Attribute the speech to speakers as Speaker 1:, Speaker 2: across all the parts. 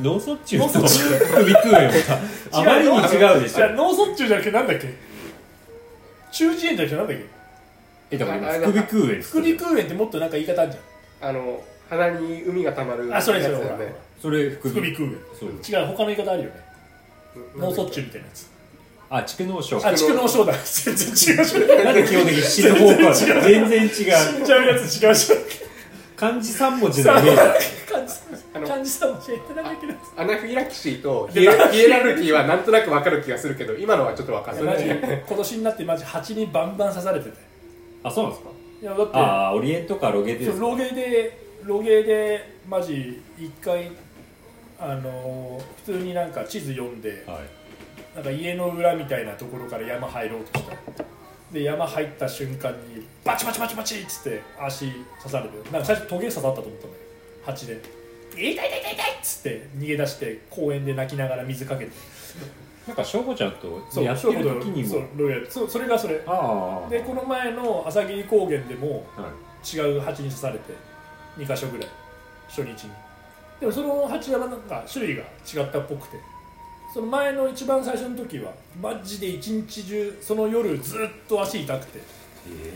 Speaker 1: 脳卒中と首食うよあまりに違うでし
Speaker 2: じゃあ
Speaker 1: ょ
Speaker 2: 脳卒中じゃなくてなんだっけ中耳炎じゃなくてなんだっけ
Speaker 1: えだから今副鼻腔炎っつ
Speaker 2: 副
Speaker 1: ったじゃん
Speaker 2: 鼻腔炎ってもっとなんか言い方あるじ
Speaker 3: あの鼻に海がたまる
Speaker 2: ゃんあそれそれ
Speaker 3: やつ
Speaker 2: ほ
Speaker 3: だ
Speaker 2: ら
Speaker 3: よね
Speaker 1: それ副
Speaker 2: 副鼻
Speaker 1: 鼻
Speaker 2: 腔
Speaker 1: そう
Speaker 2: 炎違う他の言い方あるよね
Speaker 3: うん
Speaker 2: 脳卒中みたいなやつ
Speaker 1: あ蓄膿症
Speaker 2: あ蓄膿症だ全然違うじゃん
Speaker 1: なんで基本的に死ぬ方向ある全然違
Speaker 2: 死
Speaker 1: うん
Speaker 2: じゃうやつ違うじゃん
Speaker 1: 漢字三文字のイメージだ
Speaker 2: 漢字
Speaker 3: あの
Speaker 2: 漢字さんも教えてなんだけど
Speaker 3: アナフィラキシ ーとヒエラヒエラルキーはなんとなくわかる気がするけど今のはちょっとわかんな
Speaker 2: マ
Speaker 3: い
Speaker 2: ジ今年になってマジ蜂にバンバン刺されてて
Speaker 1: あそうなんですか
Speaker 2: いやだって
Speaker 1: あーオリエントかロゲテで
Speaker 2: そ
Speaker 1: す
Speaker 2: う
Speaker 1: か
Speaker 2: ロゲでロゲでマジ一回あのー普通になんか地図読んで
Speaker 1: はい
Speaker 2: なんか家の裏みたいなところから山入ろうとしたで山入った瞬間にバチバチバチバチっつって足刺されてなんか最初トゲ刺さったと思ったんだけど蜂で「痛い痛い痛い痛い」っつって逃げ出して公園で泣きながら水かけて
Speaker 1: なんか翔子ちゃんと
Speaker 2: そう
Speaker 1: やってる時に
Speaker 2: そう
Speaker 1: も
Speaker 2: ロゲそうそれがそれ
Speaker 1: ああ
Speaker 2: でこの前の朝霧高原でも
Speaker 1: はい
Speaker 2: 違う蜂に刺されて2箇所ぐらい初日にでもその蜂はなんか種類が違ったっぽくてその前の一番最初の時はマジで一日中その夜ずっと足痛くて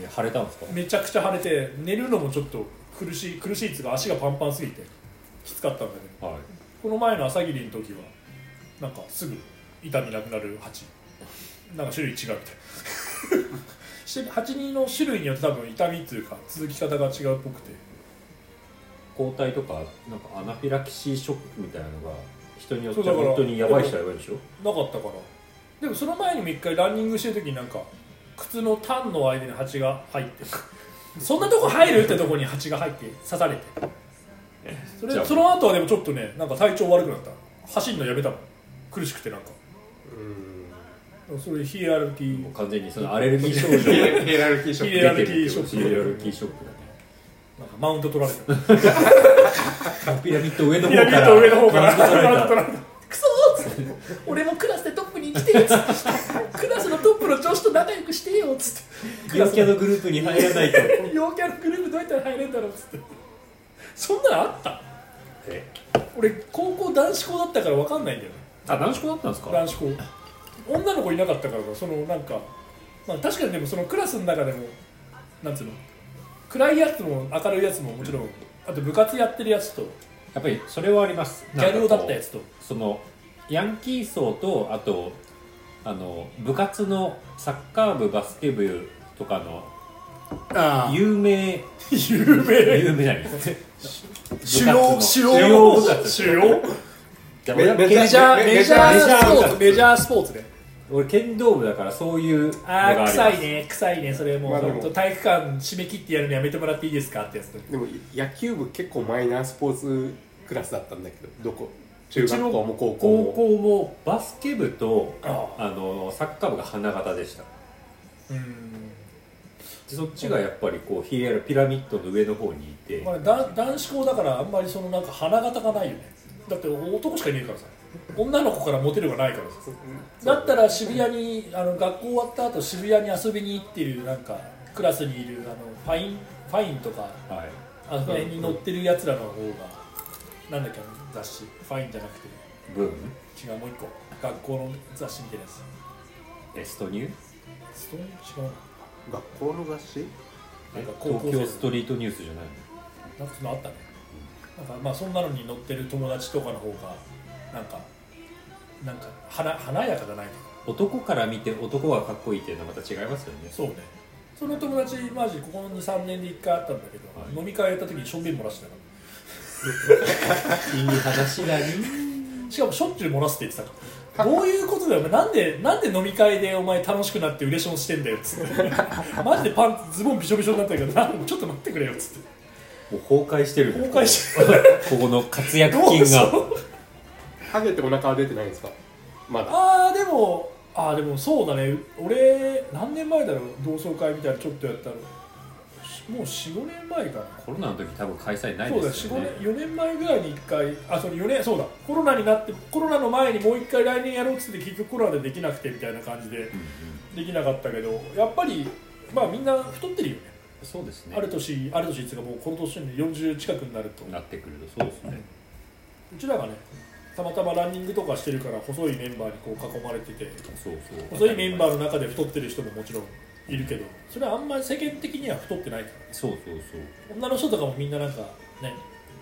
Speaker 1: えー腫れたんですか
Speaker 2: めちゃくちゃ腫れて寝るのもちょっと苦しい苦しいっつうか足がパンパンすぎてきつかったんだけど
Speaker 1: はい
Speaker 2: この前の朝霧の時はなんかすぐ痛みなくなる蜂なんか種類違うみたいな し蜂の種類によって多分痛みっていうか続き方が違うっぽくて
Speaker 1: 抗体とかなんかアナフィラキシーショックみたいなのが人によって
Speaker 2: そうだから
Speaker 1: 本当にやばい人はやばいでしょ
Speaker 2: なかったからでもその前にも一回ランニングしてる時になんか靴のタンの間に蜂が入って そんなとこ入るってとこに蜂が入って刺されてそ
Speaker 1: じゃ
Speaker 2: れ
Speaker 1: あ
Speaker 2: その後はでもちょっとねなんか体調悪くなった走るのやめたもん苦しくてなんか
Speaker 3: うん
Speaker 2: それヒエラルキー
Speaker 1: もう完全にそのアレルギー症
Speaker 3: ヒ
Speaker 1: 状
Speaker 3: エヒエラルキーショッ
Speaker 2: ヒエ
Speaker 3: ク
Speaker 2: ラルキーショック
Speaker 1: ヒエラルキーショックだね
Speaker 2: なんかマウント取られた
Speaker 1: ピラミッド上の
Speaker 2: ピ
Speaker 1: 方
Speaker 2: ラミ
Speaker 1: か
Speaker 2: ッ
Speaker 1: ら
Speaker 2: ド上の方から
Speaker 1: マウント取られた
Speaker 4: クソーっつって俺もクラスでトップに来てよっつってクラスのトップの女子と仲良くしてよっつって
Speaker 1: 陽キャのグループに入らないと
Speaker 2: 陽キャのグループどうやったら入れんだろうっつってそんなのあった俺高校男子校だったから分かんないんだよね
Speaker 1: あ男子校だったんですか
Speaker 2: 男子校女の子いなかったからそのなんか、まあ、確かにでもそのクラスの中でもなんつうの暗いやつも明るいやつももちろんあと部活やってるやつと
Speaker 1: やっぱりそれはあります
Speaker 2: ギャル男だったやつと
Speaker 1: そのヤンキー層とあとあの部活のサッカー部バスケ部とかの
Speaker 5: ああ
Speaker 1: 有名
Speaker 2: 有名
Speaker 1: 有名じゃない
Speaker 5: 主要主要
Speaker 1: 主要部活
Speaker 2: 主要
Speaker 3: メ
Speaker 2: メジャーメジャー
Speaker 3: メジャ
Speaker 2: ス
Speaker 3: ー
Speaker 2: ポーツメジャースポーツね
Speaker 1: 俺剣道部だからそういうのが
Speaker 2: あ
Speaker 1: あり
Speaker 2: ー
Speaker 1: ます
Speaker 2: 臭いね臭いねそれもう、
Speaker 3: まあでも
Speaker 2: ちょっと体育館締め切ってやるのやめてもらっていいですかってやつと
Speaker 3: でも野球部結構マイナースポーツクラスだったんだけどどこ中学校も高校
Speaker 1: 高
Speaker 3: も
Speaker 1: 校もバスケ部と
Speaker 2: あ
Speaker 1: あのサッカー部が花形でした
Speaker 2: うん
Speaker 1: でそっちがやっぱりこうヒエラピラミッドの上の方にいて
Speaker 2: まあ、だ男子校だからあんまりそのなんか花形がないよねだって男しかいねえからさ女の子からモテるがないからさだったら渋谷にあの学校終わった後渋谷に遊びに行ってるなんかクラスにいるあのファインファインとか
Speaker 1: はい
Speaker 2: あの辺に載ってるやつらの方がなんだっけあの雑誌ファインじゃなくて
Speaker 1: ブーム
Speaker 2: 違うもう一個学校の雑誌みたいなや
Speaker 1: エストニュー
Speaker 2: つストーン違うな
Speaker 3: 学校の雑誌
Speaker 2: なんか高校生
Speaker 1: 東京ストリートニュースじゃないの
Speaker 2: なんかそのあったねなんかまあそんなのに乗ってる友達とかの方がなんかなんか華華やかじゃない
Speaker 1: 男から見て男がかっこいいっていうのはまた違いますよね
Speaker 2: そうねその友達マジここ23年で1回あったんだけど、
Speaker 1: はい
Speaker 2: 飲み会やった時にしょんべん漏らしてたか
Speaker 1: いい話だね
Speaker 2: らしかもしょっちゅう漏らすって言ってたからどういうことだよお前なんでなんで飲み会でお前楽しくなってウレションしてんだよっつってマジでパンツズボンびしょびしょになったけどなんちょっと待ってくれよっつって
Speaker 1: もう崩壊してる
Speaker 2: 崩壊して
Speaker 1: る ここの活躍
Speaker 2: どう
Speaker 1: 金が
Speaker 2: そう
Speaker 3: ハゲてお腹は出てないんですかまだ
Speaker 2: ああでもああでもそうだね俺何年前だろう同窓会みたいなのちょっとやったのしもう45年前かな
Speaker 1: コロナの時多分開催ない
Speaker 2: そうだ
Speaker 1: です
Speaker 2: 4
Speaker 1: よね
Speaker 2: 年4年前ぐらいに1回あそう4年そうだコロナになってコロナの前にもう1回来年やろうっつって結局コロナでできなくてみたいな感じで
Speaker 1: うんうん
Speaker 2: できなかったけどやっぱりまあみんな太ってるよね
Speaker 1: そうですね
Speaker 2: ある年ある年っていうかもうこの年に40近くになると
Speaker 1: なってくるとそうですね
Speaker 2: うちらがねたまたまランニングとかしてるから細いメンバーにこう囲まれてて
Speaker 1: そうそう
Speaker 2: 細いメンバーの中で太ってる人ももちろんいるけどそれはあんまり世間的には太ってないから
Speaker 1: そうそうそう
Speaker 2: 女の人とかもみんななんかね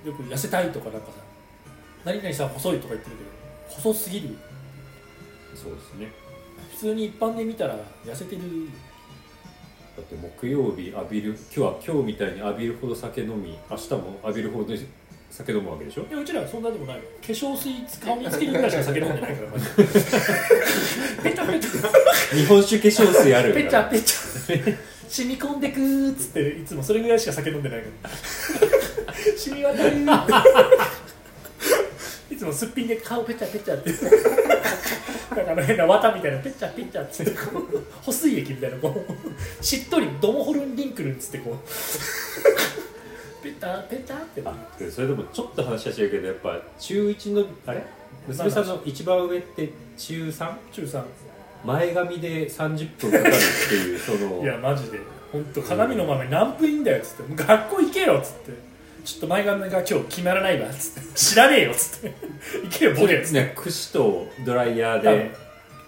Speaker 2: よく痩せたいとかなんかさ何々さん細いとか言ってるけど細すぎる
Speaker 1: そうですね
Speaker 2: 普通に一般で見たら痩せてる
Speaker 1: だって木曜日浴びる今日は今日みたいに浴びるほど酒飲み明日も浴びるほど酒飲むわけでしょ
Speaker 2: いやうちらはそんなでもないよ化粧水顔につけるぐらいしか酒飲んでないからマジで
Speaker 4: ペタペタ
Speaker 1: 日本酒化粧水ある
Speaker 4: ペ
Speaker 1: よ
Speaker 4: チ
Speaker 1: な
Speaker 4: ャペチャ染み込んでくーっつ
Speaker 2: つっていつもそれぐらいしか酒飲んでないから
Speaker 4: って染み渡るー
Speaker 2: いつもすっぴんで
Speaker 4: 顔ペチャペチャって
Speaker 2: なんかあの変な綿みたいなペッチャペッチャっつってこう保水液みたいなこうしっとりドモホルンリンクルンっつってこ うペタペタってな
Speaker 1: あでそれでもちょっと話は違うけどやっぱ中1のあれ娘さんの一番上って中 3?
Speaker 2: 中さ
Speaker 1: 前髪で30分かかるって いうそ
Speaker 2: ん
Speaker 1: の
Speaker 2: いやマジで本当鏡の前に何分いいんだよっつってもう学校行けよっつってちょっと前髪が今日決まらないわっつって知らねえよっつって行けよボケっつって
Speaker 1: ね櫛とドライヤーで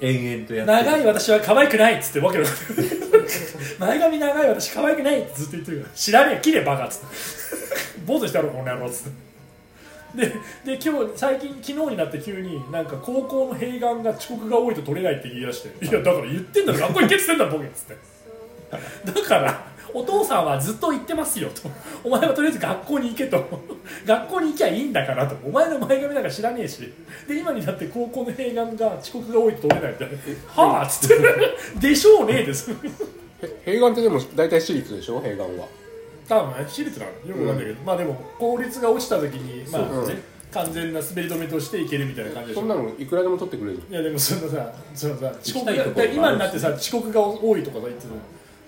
Speaker 1: 延々とやって
Speaker 2: 長い私は可愛くないっつってボケろ前髪長い私可愛くないってずっと言ってるから知らねえ切れバカっつって坊主したろこの野郎っつってでで今日最近昨日になって急になんか高校の併願が遅刻が多いと取れないって言い出していやだから言ってんだろ学校行けっつってんだろボケっつってだからお父さんはずっと言ってますよとお前はとりあえず学校に行けと学校に行きゃいいんだからとお前の前髪なんか知らねえしで今になって高校の併願が遅刻が多いと取れないみたいな「はあ」っつって「でしょうね」です
Speaker 3: 併願ってでも大体私立でしょ併願は
Speaker 2: 多分ね私立なのよくわかんないけど、まあでも効率が落ちた時にまあ
Speaker 3: そう
Speaker 2: ね、
Speaker 3: うん
Speaker 2: 完全な滑り止めとしていけるみたいな感じでし
Speaker 3: そんな
Speaker 2: ょ
Speaker 3: のいくらでも取ってくれる
Speaker 2: いやでもそんなさそのさ遅
Speaker 1: 行き
Speaker 2: 刻
Speaker 1: たいところもあ
Speaker 2: が
Speaker 1: るし
Speaker 2: 今になってさ遅刻が多いとかさ言ってたの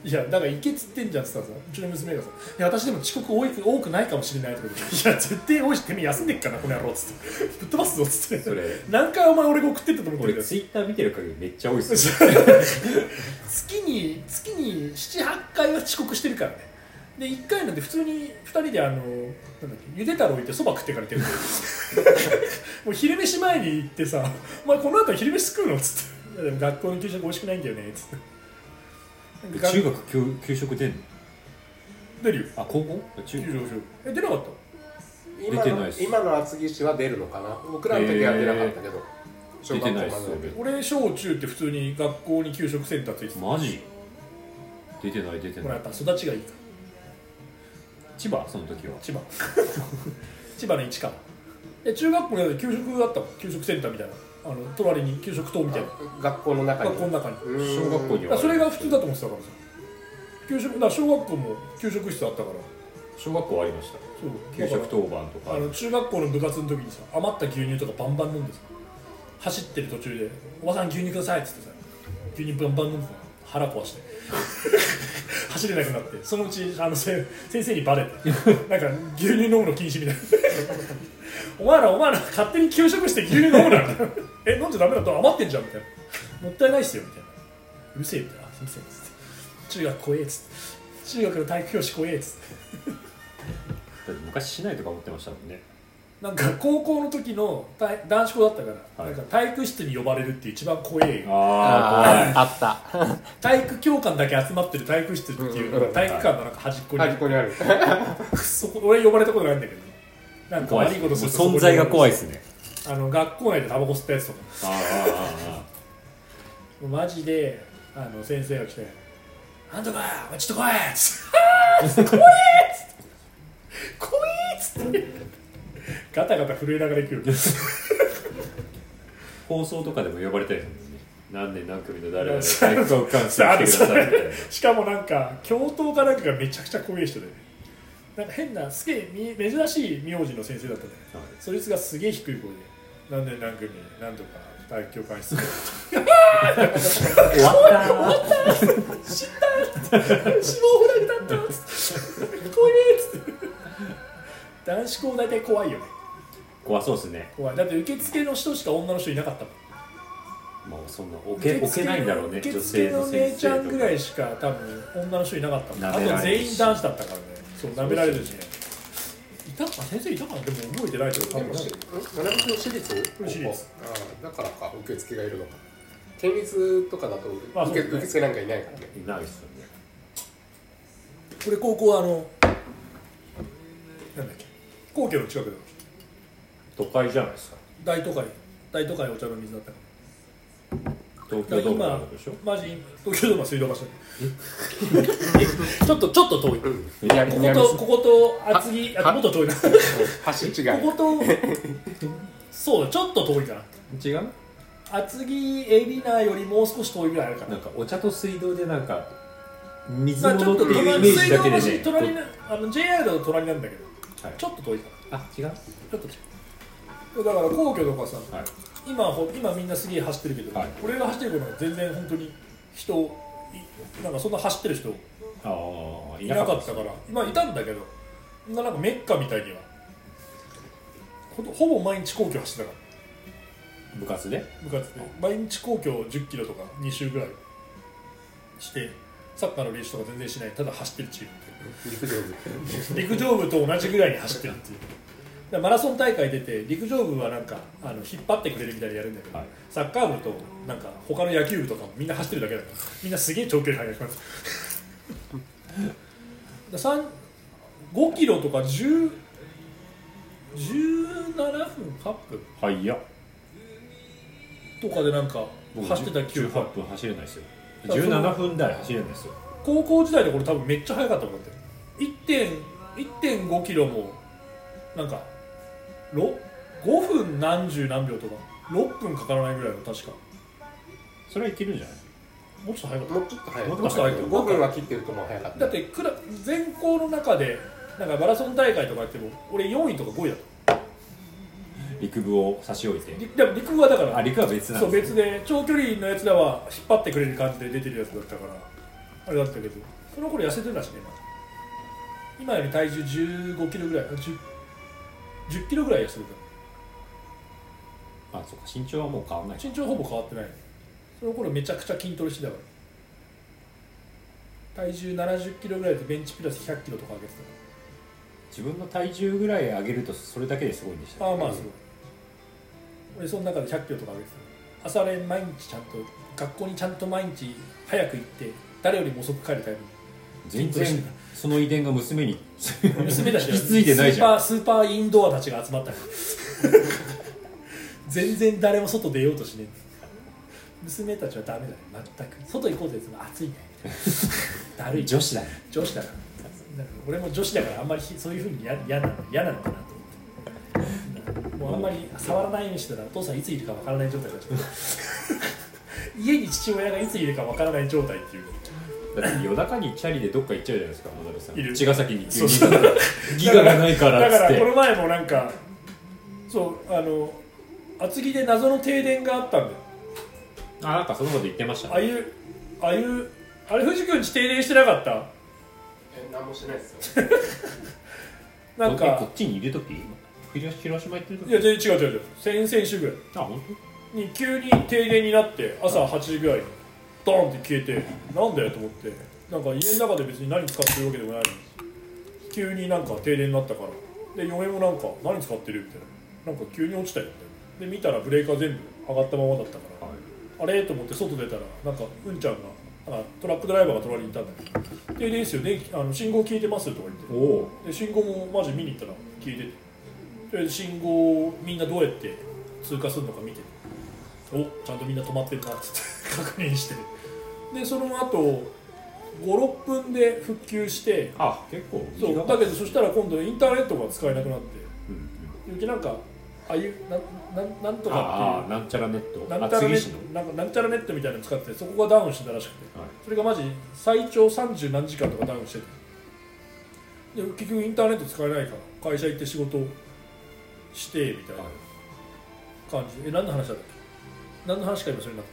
Speaker 2: いやだからいけっつってんじゃんっつったらさうちの娘がさ「いや私でも遅刻多い多くないかもしれない」とか言って「い や絶対多いし手めえ休んでっからこの野郎」っつって「ぶっ飛ばすぞ」っつって
Speaker 1: それ
Speaker 2: 何回お前俺が送ってったと思って
Speaker 1: 俺
Speaker 2: んだよ
Speaker 1: ツイッター見てる限りめっちゃ多いっ すよ
Speaker 2: 月に月に78回は遅刻してるからねで1回なんて普通に2人であのなんだっけゆで太郎行ってそば食ってから行ってる もう昼飯前に行ってさ「お前この後昼飯食うの?」っつって「いやでも学校の給食美味しくないんだよね」っつって
Speaker 1: 中学給給食出んの
Speaker 2: 出るよ
Speaker 1: あ高校あ中
Speaker 2: 給
Speaker 1: 学
Speaker 2: 食え出なかった
Speaker 1: 出
Speaker 3: 今
Speaker 1: てない
Speaker 3: の
Speaker 1: っす
Speaker 3: 今の厚木市は出るのかな僕らの時は出なかったけど、小学校まで
Speaker 1: 出てないっす俺
Speaker 2: 俺小中って普通に学校に給食センターついてた
Speaker 1: マジ出てない出て
Speaker 2: ほ
Speaker 1: な
Speaker 2: らや
Speaker 1: い
Speaker 2: っぱ育ちがいいから
Speaker 1: 千葉その時は
Speaker 2: 千葉 千葉の市川で中学校にある給食があったもん給食センターみたいなあの隣に給食棟みたいな
Speaker 3: 学校の中に
Speaker 2: 学校の中に
Speaker 3: うー
Speaker 1: 小
Speaker 3: ん
Speaker 1: 学校に
Speaker 2: だ
Speaker 1: は
Speaker 2: からそれが普通だと思ってたからさ給食だから小学校も給食室あったから
Speaker 1: 小学校ありました
Speaker 2: そう
Speaker 1: 給食当番と
Speaker 2: だから
Speaker 1: か
Speaker 2: あの中学校の部活の時にさ余った牛乳とかバンバン飲んでさ走ってる途中で「おばさん牛乳ください」っつってさ牛乳バンバン飲んでさ腹壊して 走れなくなってそのうちあのせ先生にバレてなんか牛乳飲むの禁止みたいなお前らお前ら勝手に給食して牛乳飲むなえ飲んじゃダメだと余ってんじゃんみたいなもったいないっすよみたいなうるせえみたいなあすいませんっつって中学怖えっつって中学の体育教師怖えっつって
Speaker 1: だって昔市内とか持ってましたもんね
Speaker 2: なんか高校の時の体男子校だったから、
Speaker 1: はい
Speaker 2: なんか体育室に呼ばれるっていう一番怖い
Speaker 1: ああ
Speaker 3: った
Speaker 2: 体育教官だけ集まってる体育室っていう
Speaker 3: うんうんうん
Speaker 2: 体育館のなんか端っこに、
Speaker 3: あここにある
Speaker 2: くそ俺呼ばれたことないんだけどなんか
Speaker 1: 怖い
Speaker 2: 悪
Speaker 1: 怖
Speaker 2: い
Speaker 1: い
Speaker 2: ことすると
Speaker 1: 存在が怖い
Speaker 2: そ
Speaker 1: ですね
Speaker 2: こに呼ばれるあの学校内でタバコ吸ったやつとか
Speaker 1: あーあ
Speaker 2: もうマジであの先生が来て「なんとかお前ちょっと来い!」っつって「怖え!」っつって「怖え!」っつってガタガタ震えながら行くよ
Speaker 1: ー放送とかでも呼ばれたりするんですね何年何組の誰々
Speaker 2: そう
Speaker 1: 体育教官してくださいみたいな
Speaker 2: しかもなんか教頭かなんかがめちゃくちゃ怖い人でなんか変なすげえみ珍しい名字の先生だったね
Speaker 1: はい
Speaker 2: そいつがすげえ低い声で「なんで何組何とか体育教官 室で
Speaker 1: 終わったー
Speaker 2: 死亡フラグだった」つって「怖え」っつって男子校大体怖いよね
Speaker 1: 怖そうですね
Speaker 2: 怖いだって受付の人しか女の人いなかったもん
Speaker 1: まあそんな置け置けないんだろうね
Speaker 2: 受
Speaker 1: 女
Speaker 2: 付
Speaker 1: 性
Speaker 2: の
Speaker 1: の
Speaker 2: 受付の
Speaker 1: 先
Speaker 2: 姉ちゃ
Speaker 1: 生
Speaker 2: んぐ
Speaker 1: と
Speaker 2: ら
Speaker 1: か
Speaker 2: いしか多分女の人いなかったもんあ
Speaker 1: 舐められるし
Speaker 2: と全員男子だったからねそう舐められるしねいたか先生いたかなでも覚えてないけど多分
Speaker 3: 私の私立
Speaker 2: 私立
Speaker 3: ああだからか受付がいるのか県立とかだと受,、
Speaker 2: まあそうですね
Speaker 3: 受付なんかいないからね
Speaker 1: いないですよね
Speaker 2: これ高校あのなんだっけ皇居の近くだ
Speaker 1: 都会じゃないですか
Speaker 2: 大都会大都会お茶の水だったか
Speaker 1: 東
Speaker 2: ら
Speaker 1: 京ドームの
Speaker 2: 今
Speaker 1: あるでしょ
Speaker 2: マジ東京ドームは水道橋だ
Speaker 4: ちょっとちょっと遠い
Speaker 3: 南
Speaker 2: こ
Speaker 3: 南
Speaker 2: ことここと厚木あ
Speaker 3: は
Speaker 2: もっと遠いなこ
Speaker 3: 橋違い
Speaker 2: ことそうだちょっと遠いかな
Speaker 1: 違う
Speaker 2: 厚木海老名よりもう少し遠いぐらいあるか
Speaker 1: な
Speaker 2: な、
Speaker 1: んかお茶と水道でなんか水
Speaker 2: まあ、ちょ
Speaker 1: 物
Speaker 2: っ
Speaker 1: っ
Speaker 2: と
Speaker 1: て
Speaker 2: 隣
Speaker 1: いうイメージだけでね
Speaker 2: 水道橋隣なあの JR の隣なんだけど、
Speaker 1: はい
Speaker 2: ちょっと遠いか
Speaker 1: あ違う
Speaker 2: なちょっと違うだから皇居とかさ
Speaker 1: はい
Speaker 2: 今ほ今みんなすげえ走ってるけど、
Speaker 1: はい
Speaker 2: 俺が走ってる頃は全然本当に人いなんかそんな走ってる人
Speaker 1: ああい
Speaker 2: い
Speaker 1: な
Speaker 2: な
Speaker 1: か
Speaker 2: か
Speaker 1: っ
Speaker 2: ったからまあいたんだけどそんななんかメッカみたいにはほとほぼ毎日皇居走ってたか
Speaker 1: た部活で
Speaker 2: ら部活で毎日皇居1 0キロとか2周ぐらいしてサッカーの練習とか全然しないただ走ってるチーム
Speaker 3: 陸上部
Speaker 2: 陸上部と同じぐらいに走ってるっていうだからマラソン大会出て陸上部はなんかあの引っ張ってくれるみたいにやるんだけど、
Speaker 1: はい
Speaker 2: サッカー部となんか他の野球部とかもみんな走ってるだけだからみんなすげえ長距離 速いからさん5キロとか10 17分8分
Speaker 1: はいいや
Speaker 2: とかでなんか走ってた記憶が
Speaker 1: 18分走れないですよ17分台走れないですよ
Speaker 2: 高校時代でこれ多分めっちゃ速かったと思ってる1.5キロもなんかろ5分何十何秒とか6分かからないぐらいの確か
Speaker 1: それはいけるんじゃない
Speaker 2: もうちょっと速かっ
Speaker 3: もうちょっと早い
Speaker 1: もう
Speaker 2: ちょっと早い
Speaker 3: 5分は切ってるともう早かっ
Speaker 2: た
Speaker 3: た
Speaker 2: だってクラ全校の中でなんかマラソン大会とかやっても俺4位とか5位だっ
Speaker 1: 陸部を差し置いて
Speaker 2: たりでも陸はだから
Speaker 1: あ陸は別なん
Speaker 2: そう
Speaker 1: です
Speaker 2: 別で長距離のやつらは引っ張ってくれる感じで出てるやつだったからあれだったけどその頃痩せてたしね今今より体重1 5キロぐらいあ 10, 10キロぐらい痩せて
Speaker 1: あそうか身長はもう変わんない
Speaker 2: た身長ほぼ変わってないその頃めちゃくちゃ筋トレしてたから体重7 0キロぐらいでベンチプラス1 0 0キロとか上げて
Speaker 1: 自分の体重ぐらい上げるとそれだけですごいんでしたた
Speaker 2: ああまあすごい俺その中で1 0 0キロとか上げてた朝練毎日ちゃんと学校にちゃんと毎日早く行って誰よりも遅く帰るタイプ
Speaker 1: 全然その遺伝が娘に
Speaker 2: 娘たちが
Speaker 1: 引き継いでないじゃん
Speaker 2: スーパースーパーインドアたちが集まったり 全然誰も外出ようとしねえ娘たちはダメだね全く外行こうぜいつも暑いねみたいなだるい
Speaker 1: 女子だね
Speaker 2: 女子だからなんか俺も女子だからあんまりひそういうふうに嫌嫌な嫌なのかなと思ってもうあんまり触らないようにしてたらお父さんいついるかわからない状態だし家に父親がいついるかわからない状態っていう
Speaker 1: だって夜中にチャリでどっか行っちゃうじゃないですか真鍋さん
Speaker 2: いる
Speaker 1: 茅ヶ崎に急
Speaker 2: そうそう
Speaker 1: に ギガがないから
Speaker 2: だ
Speaker 1: っつ
Speaker 2: か
Speaker 1: っ
Speaker 2: らこ
Speaker 1: て
Speaker 2: の前もなんかそうあの厚木で謎の停電があったんだよ
Speaker 1: あなんかそのこと言ってました
Speaker 2: あ
Speaker 1: ね
Speaker 2: ゆあゆあれ藤君ち停電してなかった
Speaker 3: え何もしてな いですよ
Speaker 2: なん
Speaker 1: こ
Speaker 2: か
Speaker 1: っちにいる時広広島行ってる
Speaker 2: いや
Speaker 1: 時
Speaker 2: 全然違う違う違う先々週ぐらい
Speaker 1: あ本
Speaker 2: に急に停電になって朝8時ぐらいにドーンって消えてなんだよと思ってなんか家の中で別に何使ってるわけでもないのに急になんか停電になったからで嫁もなんか何使ってるみたいななんか急に落ちたよみたいなで見たらブレーカー全部上がったままだったから
Speaker 1: 当はい
Speaker 2: あれと思って外出たらなんかうんちゃんがなんかトラックドライバーが隣にいたんだけど「停電ですよ電気あの信号消えてます」とか言って
Speaker 1: おお
Speaker 2: で信号もマジ見に行ったら消えててとりあえず信号をみんなどうやって通過するのか見ておちゃんとみんな止まってるなっつって 確認してでその後56分で復旧して
Speaker 1: あ結構
Speaker 2: そう
Speaker 1: 短か
Speaker 2: だ
Speaker 1: っ
Speaker 2: けどそしたら今度インターネットが使えなくなって
Speaker 1: たうん
Speaker 2: うちなんかああいうなんなんなんと
Speaker 1: うん
Speaker 2: か
Speaker 1: あ
Speaker 2: っ
Speaker 1: あなんちゃらネッ
Speaker 2: ていう
Speaker 1: ト
Speaker 2: な
Speaker 1: あ
Speaker 2: んちゃらネ
Speaker 1: 次市
Speaker 2: ッ
Speaker 1: の
Speaker 2: トなんかなんちゃらネットみたいなの使っててそこがダウンしてたらしくて
Speaker 1: はい
Speaker 2: それがマジ最長30何時間とかダウンしててで結局インターネット使えないから会社行って仕事してみたいな
Speaker 1: はい
Speaker 2: 感じえ何の話だったっけ何の話か今それになっ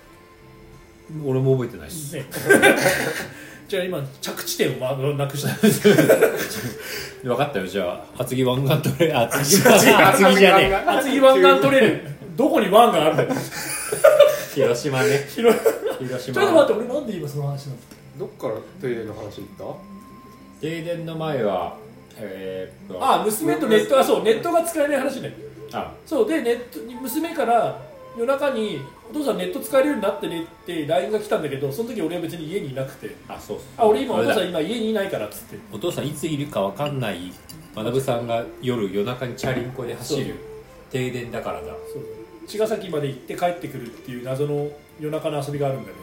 Speaker 1: 俺も覚えてないした
Speaker 2: ね じゃあ今着地点をまなくした
Speaker 1: 分かったよじゃあ厚木湾岸トレ あ厚木湾岸
Speaker 3: 厚木じゃねえ
Speaker 2: 厚木湾岸取れるどこに湾があるんだよ
Speaker 1: 広島ね
Speaker 2: 広
Speaker 1: 広島
Speaker 4: ちょっと待って俺なんで今その話なの
Speaker 3: どっからトイレの話行った
Speaker 1: 停電の前はえーっと
Speaker 2: あ娘とネットあそうネットが使えない話ね
Speaker 1: あ
Speaker 2: そうでネット娘から夜中に「お父さんネット使えるようになってね」って LINE が来たんだけどその時俺は別に家にいなくて
Speaker 1: あそうそう
Speaker 2: 「あ俺今
Speaker 1: そ
Speaker 2: お
Speaker 1: れ
Speaker 2: 父
Speaker 1: だ
Speaker 2: さん今家にいないから」っつって
Speaker 1: お父さんいついるかわかんない学さんが夜夜中にチャリンコで走る停電だからだ
Speaker 2: そう茅ヶ崎まで行って帰ってくるっていう謎の夜中の遊びがあるんだけ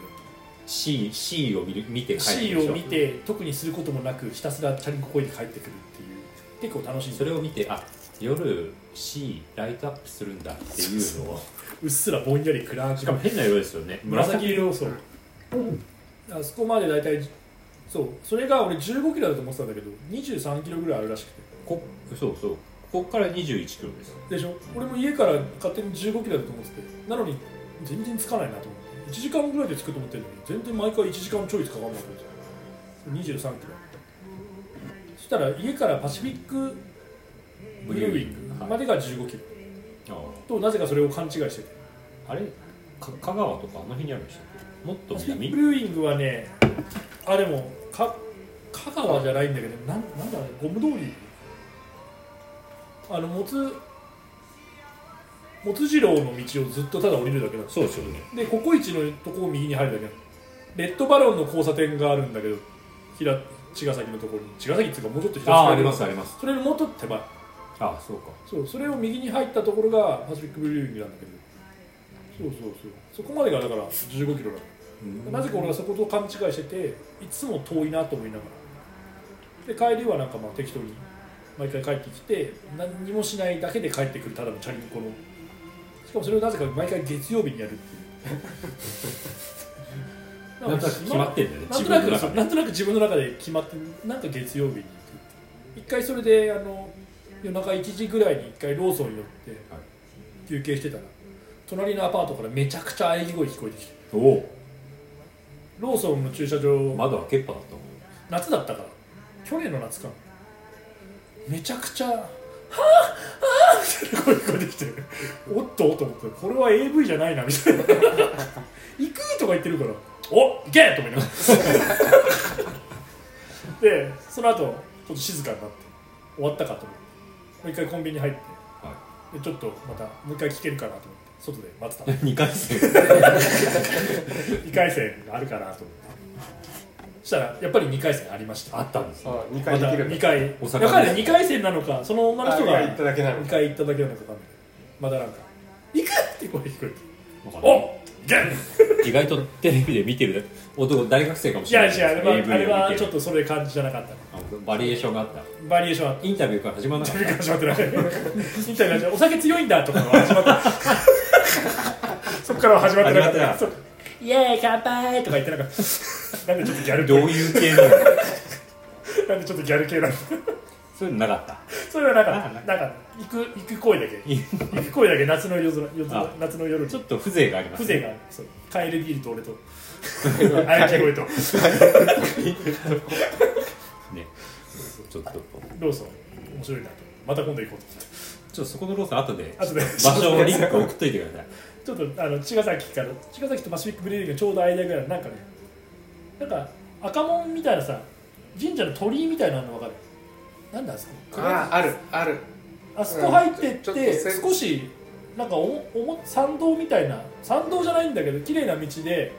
Speaker 1: C, C を見る見て
Speaker 2: ど
Speaker 1: 帰ってく
Speaker 2: C
Speaker 1: るでし
Speaker 2: を
Speaker 1: ょ
Speaker 2: 見て特にすることもなくひたすらチャリンコこいで帰ってくるっていう結構楽しいんだ
Speaker 1: それを見てあ夜 C ライトアップするんだっていうのを
Speaker 2: うっすらぼんやり暗
Speaker 1: し
Speaker 2: く
Speaker 1: かも変な色ですよね
Speaker 2: 紫
Speaker 1: 紫
Speaker 2: 色そう、あそこまで大体そうそれが俺1 5キロだと思ってたんだけど2 3キロぐらいあるらしくて
Speaker 1: こそうそうここから2 1キロです
Speaker 2: でしょ俺も家から勝手に1 5キロだと思っててなのに全然つかないなと思って1時間ぐらいで着くと思ってるのに全然毎回1時間ちょいしかかんないと思って2 3キロそしたら家からパシフィックブリューイング
Speaker 1: はい
Speaker 2: までが1 5キロ
Speaker 1: あ
Speaker 2: となぜかそれを勘違いしてて
Speaker 1: あれか香川とかあの辺にあるでしょもっと
Speaker 2: パシフィック
Speaker 1: 南
Speaker 2: ブルーイングはねあでもか香川じゃないんだけどなんなんだろうゴム通りあのもつもつ二郎の道をずっとただ降りるだけなんです
Speaker 1: そうですよね
Speaker 2: でココイチのとこを右に入るだけなのレッドバロンの交差点があるんだけど平茅ヶ崎のところに茅ヶ崎っていうかもうちょっと
Speaker 1: ああ
Speaker 2: 左
Speaker 1: りますあります
Speaker 2: それのもっと手前
Speaker 1: あそうか
Speaker 2: そうそれを右に入ったところがパシフィックブルーイングなんだけどそうそうそうそこまでがだから1 5キロだなぜか俺がそこと勘違いしてていつも遠いなと思いながらで帰りはなんかまあ適当に毎回帰ってきて何にもしないだけで帰ってくるただのチャリンコのしかもそれをなぜか毎回月曜日にやるっていう
Speaker 1: なんとなく決まってんだよね
Speaker 2: なんとな
Speaker 1: 自分の
Speaker 2: く
Speaker 1: 中
Speaker 2: そう
Speaker 1: で
Speaker 2: なんとなく自分の中で決まってなんか月曜日に行く一回それであの夜中1時ぐらいに一回ローソンに寄って
Speaker 1: はい
Speaker 2: 休憩してたら隣のアパートからめちゃくちゃ喘ぎ声聞こえてきて
Speaker 1: おお
Speaker 2: ローソンの駐車場
Speaker 1: 窓開けっぱだったもん
Speaker 2: 夏だったから去年の夏かなめちゃくちゃ「はあはあ」みたいな声が聞こえてきておっとと思ってこれは AV じゃないなみたいな「行く!」とか言ってるから「お行け!」と思いながらでその後ちょっと静かになって終わったかと思ってもう一回コンビニ入って、でちょっとまたもう一回聞けるかなと思って外で待ってた
Speaker 1: 2回戦
Speaker 2: 2回戦あるかなと思ってそしたらやっぱり2回戦ありました
Speaker 1: あったんですよ
Speaker 3: あ二
Speaker 2: ま
Speaker 3: 回で
Speaker 2: た
Speaker 3: きるんだ
Speaker 2: 2回
Speaker 1: お
Speaker 2: だ
Speaker 1: 魚
Speaker 2: から2回戦なのかその女の
Speaker 3: あ
Speaker 2: 人
Speaker 3: い
Speaker 2: が
Speaker 3: や行っただけなの
Speaker 2: 2回行っただけなのか分かんないまだなんか「行く!」って声聞こえて
Speaker 1: わかん
Speaker 2: 「
Speaker 1: ない
Speaker 2: おっゲッ!」
Speaker 1: 意外とテレビで見てる男大学生かも
Speaker 2: い
Speaker 1: しれ
Speaker 2: や
Speaker 1: ない
Speaker 2: 違うあれ
Speaker 1: AV
Speaker 2: は
Speaker 1: を見て
Speaker 2: あれ
Speaker 1: る
Speaker 2: はちょっとそれ感じじゃなかった
Speaker 1: あバリエーションがあった
Speaker 2: バリエーションあって
Speaker 1: インタビューから始まらなかっ
Speaker 2: 始まってないインタビュー始まってお酒強いんだとかは始まってそこからは始まってなかっ
Speaker 1: 始まって
Speaker 2: た
Speaker 1: な
Speaker 2: そうイエーイ乾杯とか言ってなかったなんでちょっとギャル
Speaker 1: たどう
Speaker 2: 系
Speaker 1: いう系なの
Speaker 2: なんでちょっとギャル系なんだ
Speaker 1: そういうのなかった
Speaker 2: それはなんか
Speaker 1: あ
Speaker 2: なんか行く行く声だけ行く声だけ夏の夜空夜空
Speaker 1: あ
Speaker 2: 夏の夜に
Speaker 1: ちょっと風情があります
Speaker 2: 風情があるそうカエルビールと俺とあやき声と
Speaker 1: ねちょっとちょ
Speaker 2: ローソン面白いなとまた今度行こうと
Speaker 1: っとそこのローソン後で
Speaker 2: あとで
Speaker 1: 場所をリンク送っといてください
Speaker 2: ちょっとあの茅ヶ崎から茅ヶ崎とパシフィックブリューイングのちょうど間ぐらいのなんかねなんか赤門みたいなさ神社の鳥居みたいなの分かるなんだあそこ
Speaker 3: あああるある
Speaker 2: あそこ入ってっ
Speaker 3: ちょっとせ
Speaker 2: て
Speaker 3: ん
Speaker 2: 少しなんかおお参道みたいな参道じゃないんだけど綺麗な道で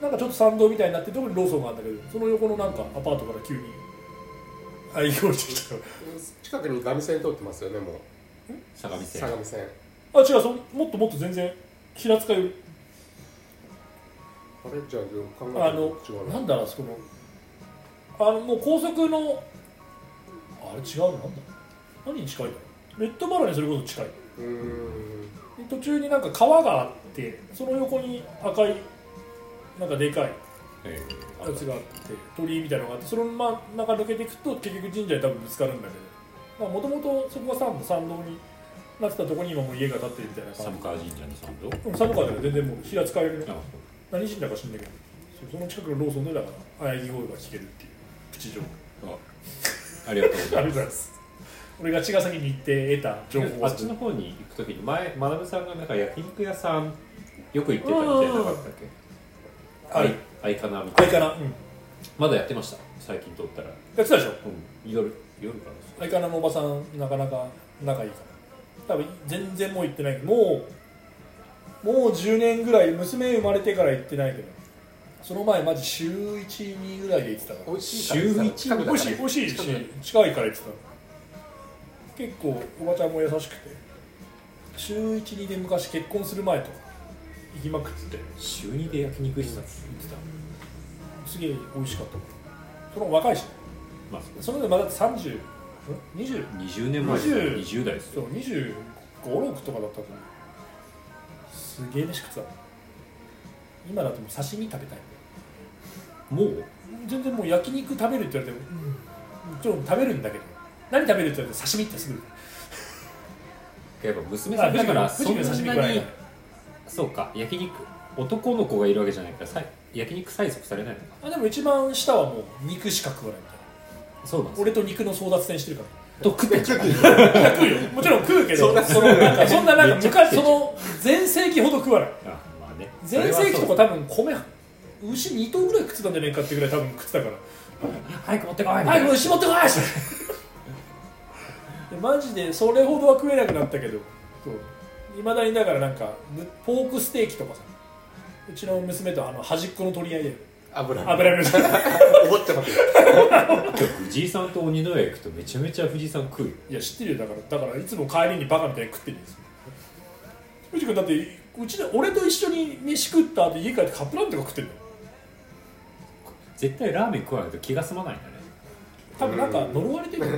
Speaker 2: なんかちょっと参道みたいになってるところにローソンがあるんだけどその横のなんかアパートから 急に愛用してきたから
Speaker 3: 近くにガミ線通ってますよねもう
Speaker 1: 相模線
Speaker 3: 相模線
Speaker 2: あ違うそもっともっと全然平塚より
Speaker 3: あれじゃあ考えた
Speaker 2: あの
Speaker 3: 違うな
Speaker 2: なんだろうあそこのあのもう高速のあれ違うのなんだ何に近いんだろうレッドバラにそれこそ近いう
Speaker 3: ーん
Speaker 2: で途中になんか川があってその横に赤いなんかでかい
Speaker 1: ええあ
Speaker 2: やつがあって鳥居みたいなのがあってそのまま中抜けていくと結局神社に多分ぶつかるんだけどもともとそこが参参道になってたところに今もう家が建ってるみたいな
Speaker 1: と寒
Speaker 2: 感
Speaker 1: 川神社の参道
Speaker 2: じうん寒川だけど全然もう平塚よりの
Speaker 1: あ
Speaker 2: 何神社か知んないけどそうその近くのローソンでだからあやぎ声が聞けるっていう口情
Speaker 1: あありがとうご
Speaker 2: あ
Speaker 1: ざい
Speaker 2: り
Speaker 1: ま
Speaker 2: がとうございます俺が茅ヶ崎に行って得た情報
Speaker 1: すあっちの方に行くときに前学さんがなんか焼肉屋さんよく行ってたみたいななかったっけ
Speaker 2: は
Speaker 1: あ
Speaker 2: い
Speaker 1: いあいかなみ
Speaker 2: あ
Speaker 1: た
Speaker 2: れ
Speaker 1: い
Speaker 2: か
Speaker 1: な
Speaker 2: なうんや
Speaker 1: まだやってました最近撮ったら
Speaker 2: ってたでしょ
Speaker 1: うん、夜夜からです
Speaker 2: 相変わらずのおばさんなかなか仲いいから多分全然もう行ってないけどもうもう10年ぐらい娘生まれてから行ってないけどその前マジ週12ぐらいで行ってたから
Speaker 3: 美味しいから
Speaker 1: 週一
Speaker 3: 近くだ
Speaker 2: 美
Speaker 3: から
Speaker 2: 味しい美味しいし
Speaker 3: 近くだ
Speaker 2: 近いから行ってたの結構おばちゃんも優しくて週12で昔結婚する前とか行きまくってて
Speaker 1: 週2で焼肉したって言ってた
Speaker 2: すげえ美味しかったからその若いしね
Speaker 1: まあ
Speaker 2: それでまだ30ん20
Speaker 1: 20年前ですよ
Speaker 2: 20
Speaker 1: 20代です
Speaker 2: そ
Speaker 1: よ
Speaker 2: う25、6とかだったと思うすげえ飯食ってた今だともう刺身食べたい
Speaker 1: もう
Speaker 2: 全然もう焼肉食べるって言われても、うん、もちろん食べるんだけど何食べるって言われても刺身ってすぐ
Speaker 1: やっぱ娘さんだからそ
Speaker 2: 藤君
Speaker 1: ん
Speaker 2: 刺身
Speaker 1: な
Speaker 2: 食わない
Speaker 1: にそうか焼肉男の子がいるわけじゃないからさい焼肉催促されないのか
Speaker 2: あでも一番下はもう肉しか食わないみたいな
Speaker 1: そうなんですよ
Speaker 2: 俺と肉の争奪戦してるから
Speaker 1: と食ってんじゃん
Speaker 2: 食うよもちろん食うけどそのなんかそんななんか昔その全盛期ほど食わない
Speaker 1: あまあね
Speaker 2: 全盛期と
Speaker 1: それはそう
Speaker 2: か多分米牛2頭ぐらい食ってたんじゃないかってぐらい多分食ってたから
Speaker 1: 早く持ってこいみた
Speaker 2: はいい、
Speaker 1: な
Speaker 2: もう 絞ってこいしでマジでそれほどは食えなくなったけどいまだにだからなんかむポークステーキとかさうちの娘とあの端っこの取り合いで
Speaker 3: 油
Speaker 2: 油揚 げさん
Speaker 3: 思ってますよ
Speaker 1: 藤井さんと鬼の屋行くとめちゃめちゃ藤井さん食うよ
Speaker 2: いや知ってるよだからだからいつも帰りにバカみたいに食ってるんですよ藤君だってうちで俺と一緒に飯食った後家帰ってカップラーメンとか食ってるの
Speaker 1: 絶対ラーメン食わないと気が済まないんだね
Speaker 2: 多分なんか呪われてるよ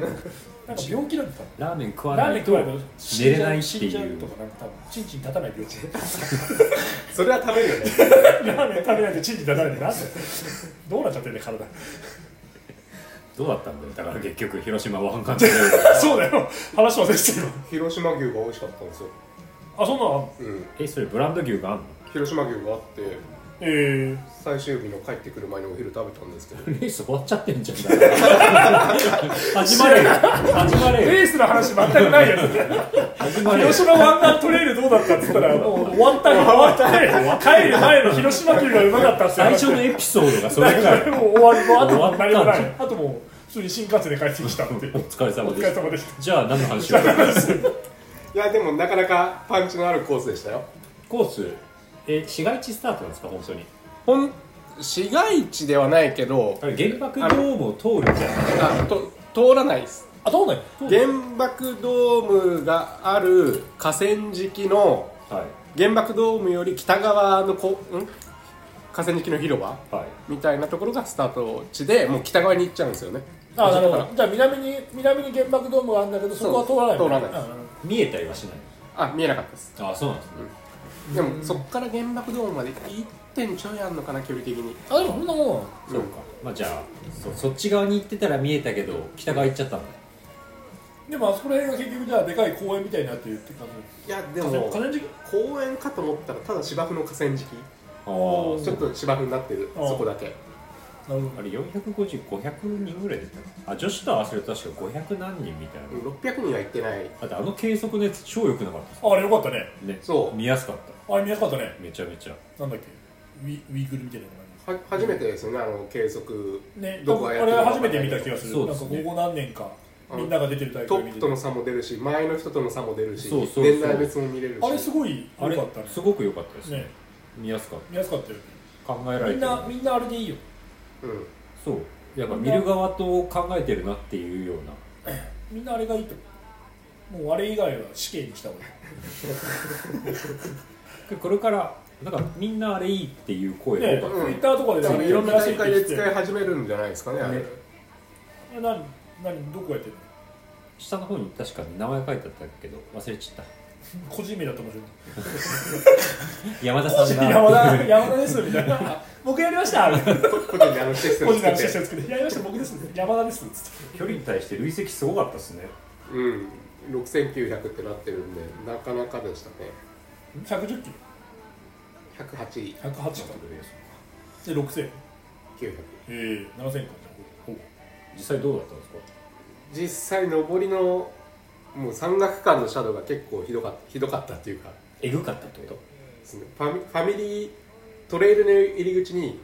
Speaker 2: なんか病気なんだ多分
Speaker 1: ラーメン食わ
Speaker 2: ラー
Speaker 1: な
Speaker 2: メン
Speaker 1: い
Speaker 2: 食わ
Speaker 1: と
Speaker 2: ないと
Speaker 1: 寝れないって
Speaker 2: 死んじゃ
Speaker 1: いう
Speaker 2: とかなんか多分ちんちん立たない病気
Speaker 3: それは食べるよね
Speaker 2: ラ ーメン食べないとチンチ出されてなんでどうなっちゃってんねん体
Speaker 1: どうだったんだよだから結局広島湾 岸で
Speaker 2: そうだよ話忘れてたよ
Speaker 3: 広島牛が美味しかったんですよ、
Speaker 2: あそんなの
Speaker 3: うん、
Speaker 1: えそれブランド牛があんの
Speaker 3: 広島牛があって
Speaker 2: あんのえ
Speaker 3: 最終日の帰ってくる前にお昼食べたんですけど
Speaker 1: レース終わっちゃってんじゃん 始まれよ始ま
Speaker 2: え
Speaker 1: れよ
Speaker 2: レースの話全くないやつ
Speaker 1: 始まれよ
Speaker 2: 広島湾岸トレイルどうだったって言ったらもう終わったよ終わったよ帰る前の広島牛がうまかったって
Speaker 1: 最初のエピソードがそれか
Speaker 2: だかららもう終わりもうあと
Speaker 1: 終
Speaker 2: もう何
Speaker 1: わ
Speaker 2: も
Speaker 1: った
Speaker 2: なんいあともう普通に新幹線で帰ってきたってい う
Speaker 1: お疲れ様
Speaker 2: お疲
Speaker 1: で
Speaker 2: れ
Speaker 1: した
Speaker 2: 様でした
Speaker 1: じゃあ何の話しようか
Speaker 3: いやでもなかなかパンチのあるコースでしたよ
Speaker 1: コースえ市街地スタートなんですか本当に
Speaker 3: ほん市街地ではないけど
Speaker 1: あれ原爆ドームを通るみたいな
Speaker 3: あと通らないです
Speaker 2: あどうなん
Speaker 3: 原爆ドームがある河川敷の
Speaker 1: はい
Speaker 3: 原爆ドームより北側のこん河川敷の広場
Speaker 1: はい
Speaker 3: みたいなところがスタート地でもう北側に行っちゃうんですよね
Speaker 2: あなるほ
Speaker 3: だ
Speaker 2: ど
Speaker 3: か
Speaker 2: じゃあ南に南に原爆ドームがあるんだけどそこは通らないの
Speaker 3: そう通らない
Speaker 2: あなるほど
Speaker 1: 見えたりはしない
Speaker 3: らあ見えなかったです
Speaker 1: あそうなんですね
Speaker 3: でもそっから原爆ドームまで1点ちょいあんのかな距離的に
Speaker 2: あでもそんなもんなの
Speaker 1: そうかまあじゃあそそっち側に行ってたら見えたけど北側行っちゃったんだ
Speaker 2: でもあそこら辺が結局じゃあでかい公園みたいになってるって感じ
Speaker 3: いやで
Speaker 2: 河
Speaker 3: も
Speaker 2: 川敷
Speaker 3: 公園かと思ったらただ芝生の河川敷
Speaker 1: あー
Speaker 3: ちょっと芝生になってる
Speaker 2: あー
Speaker 3: そこだけ
Speaker 2: なるほ
Speaker 1: あれ450500人ぐらいでたあ女子と合わせると確か500何人みたいな、
Speaker 3: 600人は行ってない
Speaker 1: だってあの計測のやつ超良くなかったです
Speaker 2: どあれよかったね
Speaker 1: ね
Speaker 3: そう
Speaker 1: 見やすかった
Speaker 2: あれ見やすかったね
Speaker 1: めちゃめちゃ
Speaker 2: なんだっけウィウィグルみたいなのが
Speaker 3: は初めてですよねあの計測
Speaker 2: ね
Speaker 3: どこがやっ
Speaker 2: あ
Speaker 3: て
Speaker 2: れ
Speaker 3: るか
Speaker 2: 初めて見た気がする
Speaker 1: そう
Speaker 2: な
Speaker 1: で
Speaker 2: んか
Speaker 1: す
Speaker 2: こ
Speaker 1: ね
Speaker 2: こ何年か
Speaker 3: あの
Speaker 2: みんなが出てる大
Speaker 3: ト
Speaker 2: 会見
Speaker 3: ップ
Speaker 2: て
Speaker 3: との差も出るし前の人との差も出るし
Speaker 1: そうそうそう
Speaker 3: 年代別も見れるし
Speaker 2: あれすごい
Speaker 1: あ
Speaker 2: 良
Speaker 1: れ
Speaker 2: かったね
Speaker 1: すごく良かったですね
Speaker 2: ね
Speaker 1: 見やすかっ
Speaker 2: 見やすかったよ
Speaker 1: た考えられて
Speaker 2: み
Speaker 1: る
Speaker 2: んなみんなあれでいいよ
Speaker 3: うん
Speaker 1: そうやっぱ見る側と考えてるなっていうような
Speaker 2: みんなあれがいいと思うもうあれ以外は死刑にした方がいい
Speaker 1: でこれからなんかみんなあれいいっていう声
Speaker 2: ね
Speaker 1: が多かっ
Speaker 3: うん
Speaker 2: ツイッターとかでな
Speaker 3: 多
Speaker 2: んか
Speaker 3: 分いろんな大
Speaker 2: 安
Speaker 3: 会で使
Speaker 2: って
Speaker 3: い始めるんじゃないですかねあれ
Speaker 1: ね
Speaker 2: 言って何何どこやってる
Speaker 1: た下の方に確か名前書いてあったけど忘れちゃっ
Speaker 2: の個人名だと思うけど
Speaker 1: た山田さんが
Speaker 2: 山田山田ですみたいな僕やりましたみたいな
Speaker 3: こ個人であのシステ
Speaker 2: 個
Speaker 3: ム
Speaker 2: 人の
Speaker 3: 作っ
Speaker 2: 話して
Speaker 3: て
Speaker 2: るんですけどやりました僕です山田ですっつって
Speaker 1: 距離に対して累積すごかったですね
Speaker 3: うん6900ってなってるんでなかなかでしたね
Speaker 2: 110キ
Speaker 3: 108位
Speaker 2: ロ108キロで6000え
Speaker 3: 900
Speaker 2: え7000かじゃあほ
Speaker 1: 実際どうだったんですか
Speaker 3: 実際上りのもう山岳間のシャドウが結構ひどかったひどかったっていうか
Speaker 1: えぐかったってこと
Speaker 3: そのファミファミリートレイルの入り口に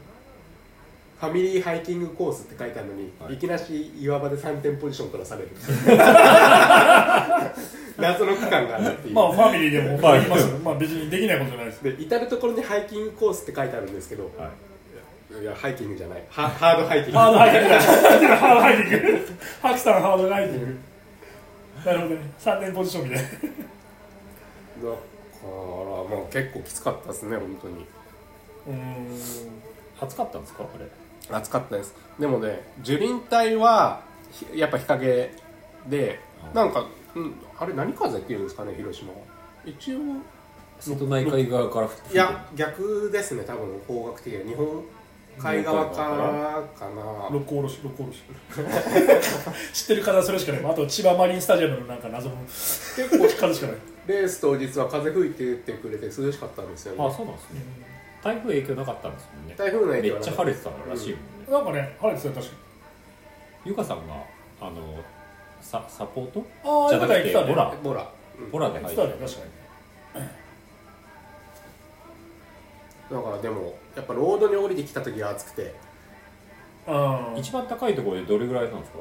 Speaker 3: ファミリーハイキングコースって書いてあるのに、
Speaker 1: はい
Speaker 3: い、きなし岩場で3点ポジション取らされる謎の区間があるっていう、
Speaker 2: まあファミリーでもまあ言いますよまあ別にできないことじゃないです
Speaker 3: で至る所にハイキングコースって書いてあるんですけど、
Speaker 1: はい
Speaker 3: い、やハイキングじゃないハハードハイキング
Speaker 2: ハードハイキ ングだハードハイキングハクさんハードハイキングなるほどね3年ポジションみたいな
Speaker 3: だからまあ結構きつかったですね本当に
Speaker 2: うーん
Speaker 1: 暑かったんですかあれ
Speaker 3: 暑かったですでもね樹林帯はひやっぱ日陰でなんか、うん、あれ何風っていうんですかね広島は一応
Speaker 1: 瀬戸内海側から降ってきて
Speaker 3: いや逆ですね多分方角的には日本海側からかな
Speaker 2: 六甲おろし六甲おろし知ってる方はそれしかないあと千葉マリンスタジアムのなんか謎の
Speaker 3: 結構
Speaker 2: 数しかない
Speaker 3: レース当日は風吹いてってくれて涼しかったんですよ
Speaker 1: あ
Speaker 3: ね
Speaker 1: そうなんですね台風影響なかったんですもんね
Speaker 3: 台風の影
Speaker 1: め
Speaker 3: 響
Speaker 1: っ
Speaker 3: は
Speaker 1: ちゃ晴れてたらしいもんね、
Speaker 2: なんかね晴れてたよ確か
Speaker 1: ゆかさんがあのササポート
Speaker 2: にああ
Speaker 1: じ
Speaker 2: よ
Speaker 1: ゃ
Speaker 2: か
Speaker 1: なく
Speaker 2: った
Speaker 1: て
Speaker 2: 言ってたね
Speaker 1: ボラ
Speaker 3: ボラ、うん
Speaker 1: ボラで
Speaker 2: 言っ
Speaker 1: 入
Speaker 2: て
Speaker 1: ったて
Speaker 2: ね確かに
Speaker 3: だからでもやっぱロードに降りてきた時が暑くて
Speaker 2: うん
Speaker 1: 一番高いところでどれぐらいなんですかあ